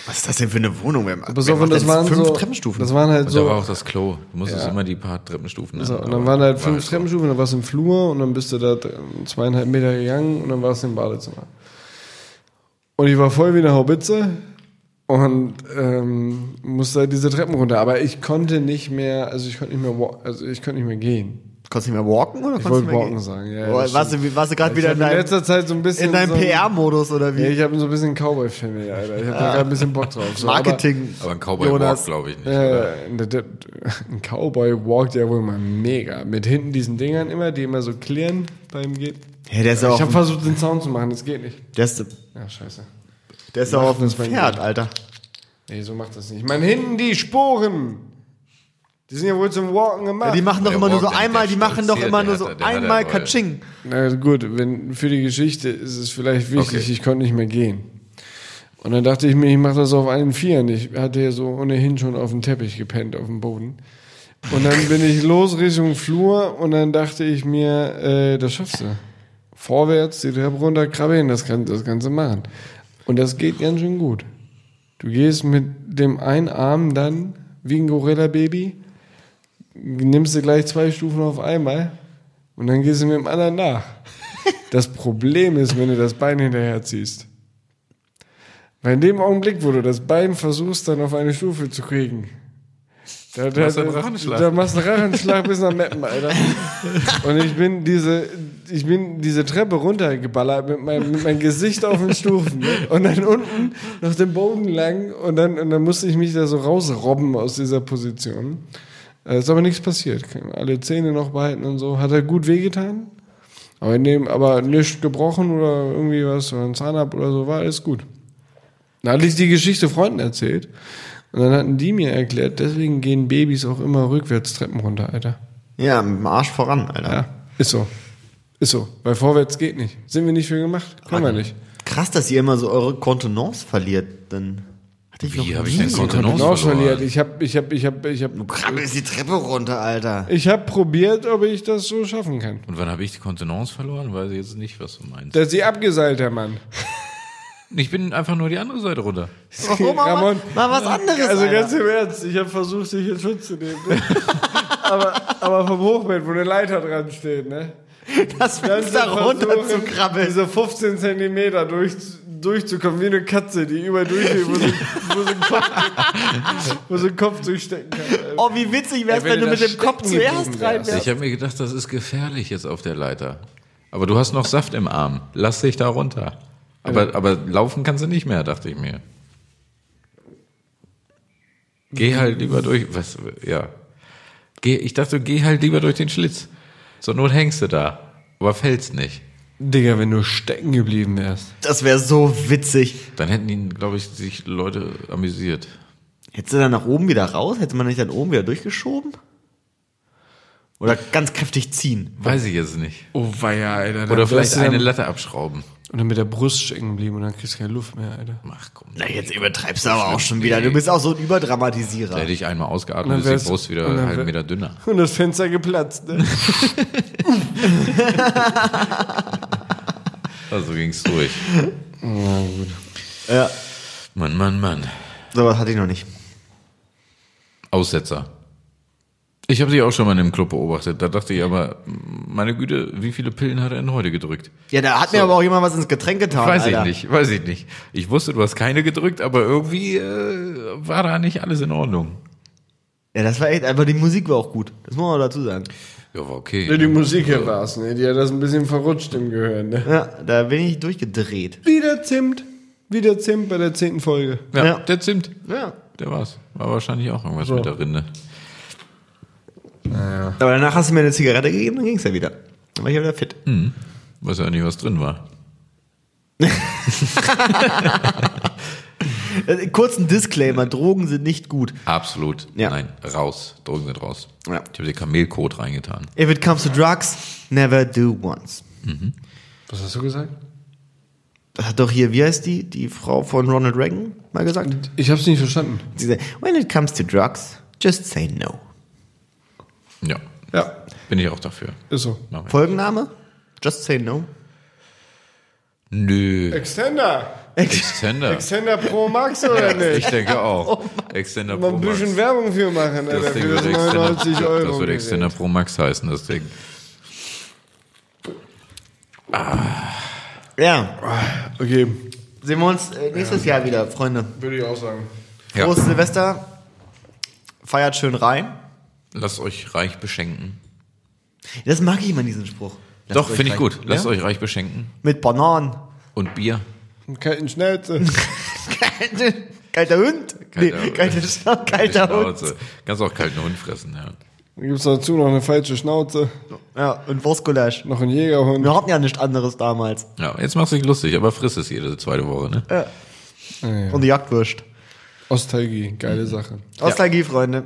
Speaker 3: Was ist das denn für eine Wohnung? Wir haben,
Speaker 1: Pass auf, und das waren
Speaker 3: fünf
Speaker 1: so,
Speaker 3: Treppenstufen. Also,
Speaker 1: Das waren halt
Speaker 2: Und
Speaker 1: so.
Speaker 2: da war auch das Klo. Du musstest immer die paar Treppenstufen.
Speaker 1: So,
Speaker 2: haben,
Speaker 1: und
Speaker 2: aber
Speaker 1: dann waren halt
Speaker 2: war
Speaker 1: fünf
Speaker 2: so.
Speaker 1: Treppenstufen, dann warst du im Flur und dann bist du da dr- zweieinhalb Meter gegangen und dann warst du im Badezimmer. Und ich war voll wie eine Haubitze und ähm, musste halt diese Treppen runter. Aber ich konnte nicht mehr, also ich konnte nicht mehr, wa- also ich konnte nicht mehr gehen.
Speaker 3: Konntest du nicht mehr walken oder
Speaker 1: Ich wollte
Speaker 3: konntest du nicht mehr
Speaker 1: walken
Speaker 3: gehen?
Speaker 1: sagen. Ja,
Speaker 3: Boah,
Speaker 1: das
Speaker 3: warst,
Speaker 1: stimmt.
Speaker 3: du, warst du gerade
Speaker 1: ich
Speaker 3: wieder in
Speaker 1: hab in
Speaker 3: deinem,
Speaker 1: letzter Zeit so ein bisschen.
Speaker 3: in deinem
Speaker 1: so ein-
Speaker 3: PR-Modus oder wie?
Speaker 1: Ja, ich habe so ein bisschen Cowboy-Family, Alter. Ich habe da gerade ein bisschen Bock drauf. So,
Speaker 3: Ah. Marketing.
Speaker 2: Aber ein Cowboy
Speaker 3: Jonas.
Speaker 2: Walk, glaube ich nicht.
Speaker 1: Äh, der- der- ein Cowboy walkt ja wohl mal mega. Mit hinten diesen Dingern immer, die immer so klirren beim Gehen.
Speaker 3: Ja, der ist ja
Speaker 1: Ich habe
Speaker 3: auch,
Speaker 1: versucht, den Sound zu machen, das geht nicht.
Speaker 3: der ist,
Speaker 1: Ja, scheiße.
Speaker 3: der ist ja auch auf dem
Speaker 1: das beim
Speaker 3: Pferd,
Speaker 1: Gehen.
Speaker 3: Alter.
Speaker 1: Nee, so macht das nicht. Ich meine, hinten die Sporen. Die sind ja wohl zum Walken
Speaker 3: Ja,
Speaker 1: gemacht.
Speaker 3: die machen doch
Speaker 2: Der
Speaker 3: immer nur so
Speaker 2: walkt, der-
Speaker 3: einmal,
Speaker 2: der
Speaker 3: die machen doch
Speaker 2: stolziert,
Speaker 3: immer
Speaker 2: der
Speaker 3: nur
Speaker 2: hat-
Speaker 3: so
Speaker 2: der hat
Speaker 3: einmal
Speaker 2: ja wohl-
Speaker 3: Katsching.
Speaker 1: Na gut, wenn, für die Geschichte ist es vielleicht wichtig,
Speaker 2: Okay.
Speaker 1: ich konnte nicht mehr gehen. Und dann dachte ich mir, ich mache das auf allen Vieren. Ich hatte ja so ohnehin schon auf dem Teppich gepennt, auf dem Boden. Und dann bin ich los Richtung Flur und dann dachte ich mir, äh, das schaffst du. Vorwärts, die Treppe runter, krabbeln, das, kann, das kannst du machen. Und das geht ganz schön gut. Du gehst mit dem einen Arm dann, wie ein Gorilla-Baby, nimmst du gleich zwei Stufen auf einmal und dann gehst du mit dem anderen nach. Das Problem ist, wenn du das Bein hinterher ziehst. Weil in dem Augenblick, wo du das Bein versuchst, dann auf eine Stufe zu kriegen, da, da,
Speaker 2: machst du einen
Speaker 1: da,
Speaker 2: Rachenschlag.
Speaker 1: da machst du einen Rachenschlag bis nach Meppen, Alter. Und ich bin diese, ich bin diese Treppe runtergeballert mit meinem, mit meinem Gesicht auf den Stufen ne? und dann unten noch den Boden lang und dann, und dann musste ich mich da so rausrobben aus dieser Position. Äh, ist aber nichts passiert. Alle Zähne noch behalten und so. Hat er gut wehgetan. Aber in dem, aber nichts gebrochen oder irgendwie was oder ein Zahn ab oder so, war alles gut. Dann hatte ich die Geschichte Freunden erzählt. Und dann hatten die mir erklärt, deswegen gehen Babys auch immer rückwärts Treppen runter, Alter.
Speaker 3: Ja, mit dem Arsch voran, Alter.
Speaker 1: Ja, ist so. Ist so. Weil vorwärts geht nicht. Sind wir nicht für gemacht. Können wir nicht.
Speaker 3: Krass, dass ihr immer so eure Kontenance verliert. Dann hatte ich
Speaker 2: Wie
Speaker 3: noch
Speaker 2: hab ich
Speaker 3: nie.
Speaker 2: denn
Speaker 3: so-
Speaker 2: Kontenance?
Speaker 1: Genau
Speaker 2: verloren.
Speaker 1: verliert. Ich hab, ich hab, ich hab, ich hab,
Speaker 3: Du krabbelst die Treppe runter, Alter.
Speaker 1: ich hab probiert, ob ich das so schaffen kann.
Speaker 2: Und wann habe ich die Kontenance verloren? Weiß ich jetzt nicht, was du meinst.
Speaker 1: Das ist die abgeseilt, der Mann.
Speaker 2: Ich bin einfach nur die andere Seite runter.
Speaker 3: Warum? Mach mal- mal was anderes,
Speaker 1: Also ganz
Speaker 3: Alter.
Speaker 1: im Ernst, ich habe versucht, dich in Schutz zu nehmen. Ne? aber, aber vom Hochbett, wo eine Leiter dran steht, ne?
Speaker 3: Das
Speaker 1: Ganz
Speaker 3: Fenster
Speaker 1: im
Speaker 3: runter
Speaker 1: Versuch,
Speaker 3: zu krabbeln.
Speaker 1: Diese 15 Zentimeter durch, durchzukommen, wie eine Katze, die überall durchgeht, wo sie, wo sie, einen, Kopf, wo sie einen Kopf durchstecken kann. Alter.
Speaker 3: Oh, wie witzig wär's,
Speaker 1: Ja, wenn
Speaker 3: wenn du
Speaker 1: du
Speaker 3: mit
Speaker 1: da
Speaker 3: dem Kopf
Speaker 1: stecken geblieben
Speaker 3: zuerst
Speaker 1: wärst.
Speaker 3: rein wärst.
Speaker 2: Ich habe mir gedacht, das ist gefährlich jetzt auf der Leiter. Aber du hast noch Saft im Arm. Lass dich da runter. Aber, aber laufen kannst du nicht mehr, dachte ich mir. Geh halt lieber durch. Was, ja. Geh, ich dachte, geh halt lieber durch den Schlitz. Zur Not hängst du da. Aber fällst nicht.
Speaker 1: Digga, wenn du stecken geblieben wärst.
Speaker 3: Das wäre so witzig.
Speaker 2: Dann hätten ihn, glaube ich, sich Leute amüsiert.
Speaker 3: Hättest du dann nach oben wieder raus? Hätte man nicht dann oben wieder durchgeschoben? Oder ganz kräftig ziehen?
Speaker 2: Weiß ich jetzt nicht.
Speaker 1: Oh weia, Alter. dann
Speaker 2: Oder
Speaker 1: wärst
Speaker 2: vielleicht
Speaker 1: du dann-
Speaker 2: eine Latte abschrauben.
Speaker 1: Und dann mit der Brust stecken geblieben und dann kriegst du keine Luft mehr, Alter.
Speaker 2: Ach komm.
Speaker 3: Na, jetzt übertreibst du aber auch schon wieder. Du bist auch so ein
Speaker 2: Da
Speaker 3: Überdramatisierer.
Speaker 2: hätte ich einmal
Speaker 1: Dann
Speaker 2: ausgeatmet, ist
Speaker 1: wär's-
Speaker 2: die Brust wieder
Speaker 1: dann
Speaker 2: einen halben
Speaker 1: wär-
Speaker 2: Meter dünner.
Speaker 1: Und das Fenster geplatzt, ne?
Speaker 2: Also ging's durch.
Speaker 3: Ja,
Speaker 2: Mann, Mann, Mann.
Speaker 3: sowas hatte ich noch nicht.
Speaker 2: Aussetzer. Ich habe dich auch schon mal in einem Club beobachtet. Da dachte ich aber, meine Güte, wie viele Pillen hat er denn heute gedrückt?
Speaker 3: Ja, da hat mir aber auch jemand was ins Getränk getan.
Speaker 2: weiß
Speaker 3: Alter.
Speaker 2: ich nicht, weiß ich nicht. Ich wusste, du hast keine gedrückt, aber irgendwie äh, war da nicht alles in Ordnung.
Speaker 3: Ja, das war echt, aber die Musik war auch gut. Das muss man dazu sagen.
Speaker 2: Ja, war okay.
Speaker 1: Ja, die Musik hier war's, ne? Die hat das ein bisschen verrutscht im Gehirn, ne?
Speaker 3: Ja, da bin ich durchgedreht.
Speaker 1: Wieder Zimt. Wieder Zimt bei der zehnten Folge.
Speaker 2: ja,
Speaker 3: ja.
Speaker 2: Der Zimt,
Speaker 3: Ja.
Speaker 2: der war's. War wahrscheinlich auch irgendwas mit der Rinde.
Speaker 3: Aber danach hast du mir eine Zigarette gegeben, dann ging's ja wieder. Dann war ich ja wieder fit.
Speaker 2: Weiß ja nicht, was drin war.
Speaker 3: Äh, Kurzen Disclaimer, Drogen sind nicht gut.
Speaker 2: Absolut.
Speaker 3: Ja.
Speaker 2: Nein, raus. Drogen sind raus.
Speaker 3: Ja.
Speaker 2: Ich habe den Kamelkot reingetan.
Speaker 3: If it comes to drugs, never do once.
Speaker 1: Was hast du gesagt?
Speaker 3: Das hat doch hier, wie heißt die, die Frau von Ronald Reagan mal gesagt?
Speaker 1: Ich hab's nicht verstanden.
Speaker 3: Sie sagt, when it comes to drugs, just say no.
Speaker 2: Ja,
Speaker 1: Ja,
Speaker 2: bin ich auch dafür.
Speaker 1: ist so.
Speaker 2: Mach ich.
Speaker 3: Folgenname? Just say no.
Speaker 2: Nö.
Speaker 1: Extender.
Speaker 2: Extender.
Speaker 1: Extender Pro Max oder
Speaker 2: Ich
Speaker 1: nicht?
Speaker 2: denke auch. Extender
Speaker 1: Mal
Speaker 2: Pro
Speaker 1: ein
Speaker 2: Max.
Speaker 1: bisschen Werbung für machen, Alter.
Speaker 2: Das Ding
Speaker 1: Für das
Speaker 2: würde Extender,
Speaker 1: 99 Euro.
Speaker 2: das würde
Speaker 1: Gerät.
Speaker 2: Extender Pro Max heißen, das Ding.
Speaker 3: Ja,
Speaker 1: Okay,
Speaker 3: sehen wir uns äh, nächstes Jahr wieder, Freunde.
Speaker 1: würde ich auch sagen.
Speaker 2: Ja.
Speaker 3: Frohes Silvester. Feiert schön rein.
Speaker 2: Lasst euch reich beschenken.
Speaker 3: Das mag ich immer, diesen Spruch. Lasst
Speaker 2: Doch,
Speaker 3: euch
Speaker 2: finde ich
Speaker 3: rein-
Speaker 2: gut. Lasst
Speaker 3: Ja?
Speaker 2: euch reich beschenken.
Speaker 3: Mit Bananen.
Speaker 2: Und Bier.
Speaker 1: Kalten Schnellze.
Speaker 3: Kalte- Kalter Hund. Kalter, nee, kalter, Schna- kalter Hund.
Speaker 2: Schnauze. Kannst auch kalten Hund fressen, ja.
Speaker 1: Dann gibt's dazu noch eine falsche Schnauze.
Speaker 3: Ja, und Wurstgulasch.
Speaker 1: Noch einen Jägerhund.
Speaker 3: Wir hatten ja nichts anderes damals.
Speaker 2: Ja, jetzt machst du dich lustig, aber friss es jede zweite Woche, ne?
Speaker 3: Und die Jagdwurst.
Speaker 1: Ostalgie, geile Sache.
Speaker 3: Ostalgie, Freunde.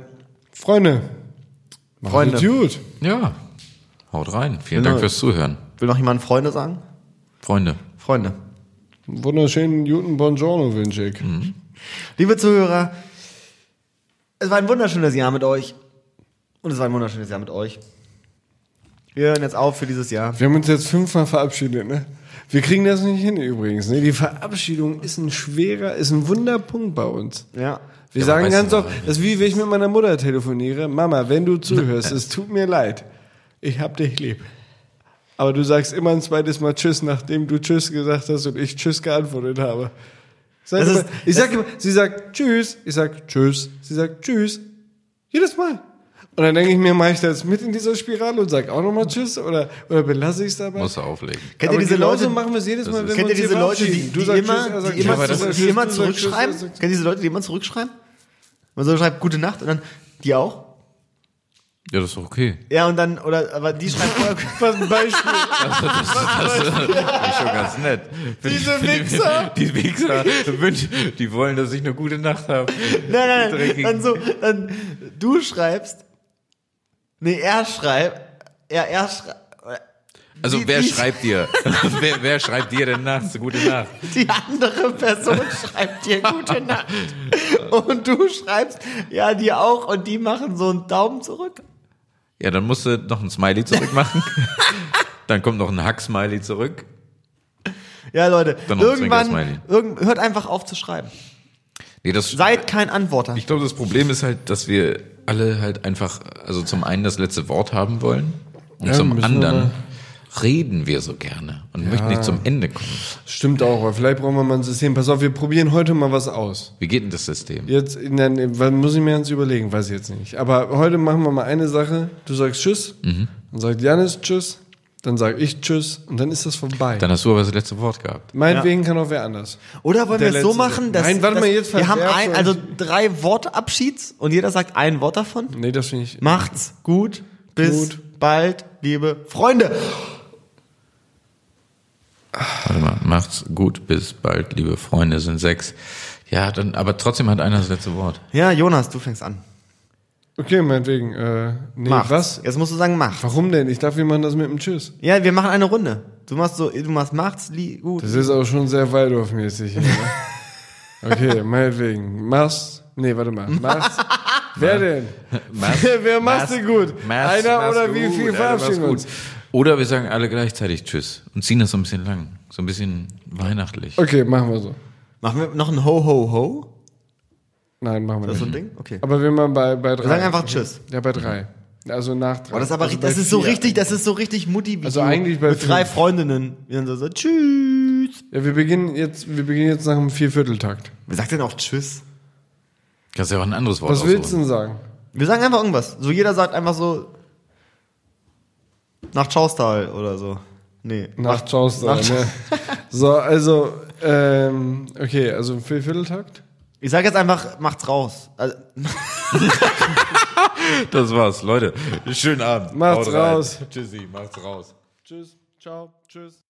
Speaker 1: Freunde. macht's
Speaker 3: Freunde.
Speaker 1: Gut.
Speaker 2: Ja. Haut rein. Vielen
Speaker 3: Genau.
Speaker 2: Dank fürs Zuhören.
Speaker 3: Will noch jemand Freunde sagen?
Speaker 2: Freunde.
Speaker 3: Freunde.
Speaker 1: Einen Wunderschönen guten Buongiorno wünsche ich.
Speaker 2: Mhm.
Speaker 3: Liebe Zuhörer, es war ein wunderschönes Jahr mit euch. Und es war ein wunderschönes Jahr mit euch. Wir hören jetzt auf für dieses Jahr.
Speaker 1: Wir haben uns jetzt fünfmal verabschiedet, ne? Wir kriegen das nicht hin übrigens. Ne? Die Verabschiedung ist ein schwerer, ist ein Wunderpunkt bei uns.
Speaker 3: Ja.
Speaker 1: Wir
Speaker 2: Ja,
Speaker 1: sagen
Speaker 2: man weiß
Speaker 1: ganz
Speaker 2: ja
Speaker 1: oft, das ist wie wenn ich mit meiner Mutter telefoniere. Mama, wenn du zuhörst, es tut mir leid. Ich hab dich lieb. Aber du sagst immer ein zweites Mal Tschüss, nachdem du Tschüss gesagt hast und ich Tschüss geantwortet habe. Sag
Speaker 3: Das
Speaker 1: immer,
Speaker 3: ist-
Speaker 1: ich sag immer, sie sagt Tschüss, ich sag Tschüss, sie sagt Tschüss. Jedes Mal. Und dann denke ich mir, mache ich das mit in dieser Spirale und sag auch nochmal Tschüss oder, oder belasse ich es dabei?
Speaker 2: Musst du auflegen.
Speaker 3: Kennt ihr diese
Speaker 1: genauso
Speaker 3: Leute,
Speaker 1: machen wir es jedes Mal, wenn wir
Speaker 3: kennt ihr
Speaker 1: uns
Speaker 3: diese
Speaker 1: hier
Speaker 3: Leute die,
Speaker 1: verabschieden.
Speaker 3: die, immer,
Speaker 1: er sagt
Speaker 3: die, immer,
Speaker 1: Tschüss, er sagt
Speaker 3: die immer
Speaker 1: Tschüss, du sagst Tschüss, er
Speaker 3: zurückschreiben?
Speaker 1: sagt
Speaker 3: Kennt ihr diese Leute, die immer zurückschreiben? Man so schreibt Gute Nacht und dann die auch?
Speaker 2: Ja, das ist doch okay.
Speaker 3: Ja, und dann, oder, aber die schreibt vorher.
Speaker 1: Was ein Beispiel.
Speaker 2: Das ist schon ganz nett.
Speaker 3: Diese Wichser.
Speaker 2: Die Wichser. wünsch- Die wollen, dass ich eine gute Nacht habe.
Speaker 3: Nein, nein,
Speaker 2: Dreckigen.
Speaker 3: dann so, dann du schreibst. Nee, er schreibt. Ja, er schreibt.
Speaker 2: Also
Speaker 3: Die-
Speaker 2: wer
Speaker 3: die-
Speaker 2: schreibt dir? wer, wer schreibt dir denn nachts? Gute Nacht.
Speaker 3: Die andere Person schreibt dir gute Nacht. Und du schreibst, ja, die auch. Und die machen so einen Daumen zurück.
Speaker 2: Ja, dann musst du noch ein Smiley zurück machen. dann kommt noch ein Hack-Smiley zurück.
Speaker 3: Ja, Leute,
Speaker 2: Dann noch ein zwinker Smiley.
Speaker 3: irgendwann irgend, hört einfach auf zu schreiben.
Speaker 2: Nee, das,
Speaker 3: Seid kein Antworter.
Speaker 2: ich glaube, das Problem ist halt, dass wir alle halt einfach, also zum einen das letzte Wort haben wollen und
Speaker 1: Ja,
Speaker 2: zum
Speaker 1: müssen
Speaker 2: anderen reden wir so gerne und möchten nicht zum Ende kommen.
Speaker 1: Stimmt auch, aber vielleicht brauchen wir mal ein System. Pass auf, wir probieren heute mal was aus.
Speaker 2: Wie geht denn das System?
Speaker 1: Jetzt, nein, wann muss ich mir ganz überlegen, weiß ich jetzt nicht. Aber heute machen wir mal eine Sache. Du sagst Tschüss, dann sagt Janis Tschüss, dann sag ich Tschüss und dann ist das vorbei.
Speaker 2: Dann hast du aber das letzte Wort gehabt.
Speaker 1: Meinetwegen kann auch wer anders.
Speaker 3: Oder wollen
Speaker 1: Der
Speaker 3: wir es so
Speaker 1: letzte-
Speaker 3: machen, dass,
Speaker 1: Nein, warte
Speaker 3: dass
Speaker 1: mal, jetzt
Speaker 3: wir haben
Speaker 1: verwerfst
Speaker 3: ein,
Speaker 1: du-
Speaker 3: also drei Worte Abschieds und jeder sagt ein Wort davon?
Speaker 1: Nee, das finde ich.
Speaker 3: Macht's gut, bis
Speaker 1: Gut.
Speaker 3: bald, liebe Freunde.
Speaker 2: Warte mal, macht's gut, bis bald, liebe Freunde, sind sechs. Ja, dann, aber trotzdem hat einer das letzte Wort.
Speaker 3: Ja, Jonas, du fängst an.
Speaker 1: Okay, meinetwegen. Äh, nee,
Speaker 3: Macht's.
Speaker 1: was?
Speaker 3: Jetzt musst du sagen, mach.
Speaker 1: Warum denn? Ich dachte, wir machen das mit dem Tschüss.
Speaker 3: Ja, wir machen eine Runde. Du machst so, du machst macht's li gut.
Speaker 1: Das ist auch schon sehr Waldorf-mäßig hier. Ne? Okay, meinetwegen. Mach's. Nee, warte mal. Mach's. Wer denn? Wer- Wer macht's denn gut?
Speaker 2: Mach's-
Speaker 1: Einer
Speaker 2: mach's
Speaker 1: oder wie
Speaker 2: gut,
Speaker 1: viel
Speaker 2: einer
Speaker 1: verabschieden wir
Speaker 2: macht's
Speaker 1: uns?
Speaker 2: gut. Oder wir sagen alle gleichzeitig Tschüss und ziehen das so ein bisschen lang. So ein bisschen weihnachtlich.
Speaker 1: Okay, machen wir so.
Speaker 3: Machen wir noch ein Ho Ho Ho?
Speaker 1: Nein, machen wir
Speaker 3: Das ist so ein
Speaker 1: nicht.
Speaker 3: Ding? Okay.
Speaker 1: Aber wir machen bei, bei drei.
Speaker 3: Wir sagen einfach Tschüss.
Speaker 1: Ja, bei drei. Also nach drei.
Speaker 3: Boah, das ist aber
Speaker 1: also
Speaker 3: richtig, das
Speaker 1: bei
Speaker 3: ist so
Speaker 1: vier.
Speaker 3: richtig, das ist so richtig Mutti wie
Speaker 1: Also
Speaker 3: du.
Speaker 1: eigentlich bei
Speaker 3: mit drei
Speaker 1: fünf.
Speaker 3: Freundinnen. Wir sind so, so tschüss.
Speaker 1: Ja, wir beginnen jetzt, wir beginnen jetzt nach einem Viervierteltakt.
Speaker 3: Wer sagt denn auch tschüss?
Speaker 2: Kannst ja auch ein anderes Wort
Speaker 1: Was willst
Speaker 2: aussuchen.
Speaker 1: du denn sagen?
Speaker 3: Wir sagen einfach irgendwas. So jeder sagt einfach so nach Chaustal oder so. Nee.
Speaker 1: Nach Chaos da,
Speaker 3: nach-
Speaker 1: ne? So, also, ähm, okay, also ein Viervierteltakt.
Speaker 3: Ich sag jetzt einfach, macht's raus. Also,
Speaker 2: Das war's, Leute. Schönen Abend.
Speaker 1: Macht's
Speaker 2: Haut rein.
Speaker 1: raus.
Speaker 2: Tschüssi, macht's raus.
Speaker 1: Tschüss, ciao, tschüss.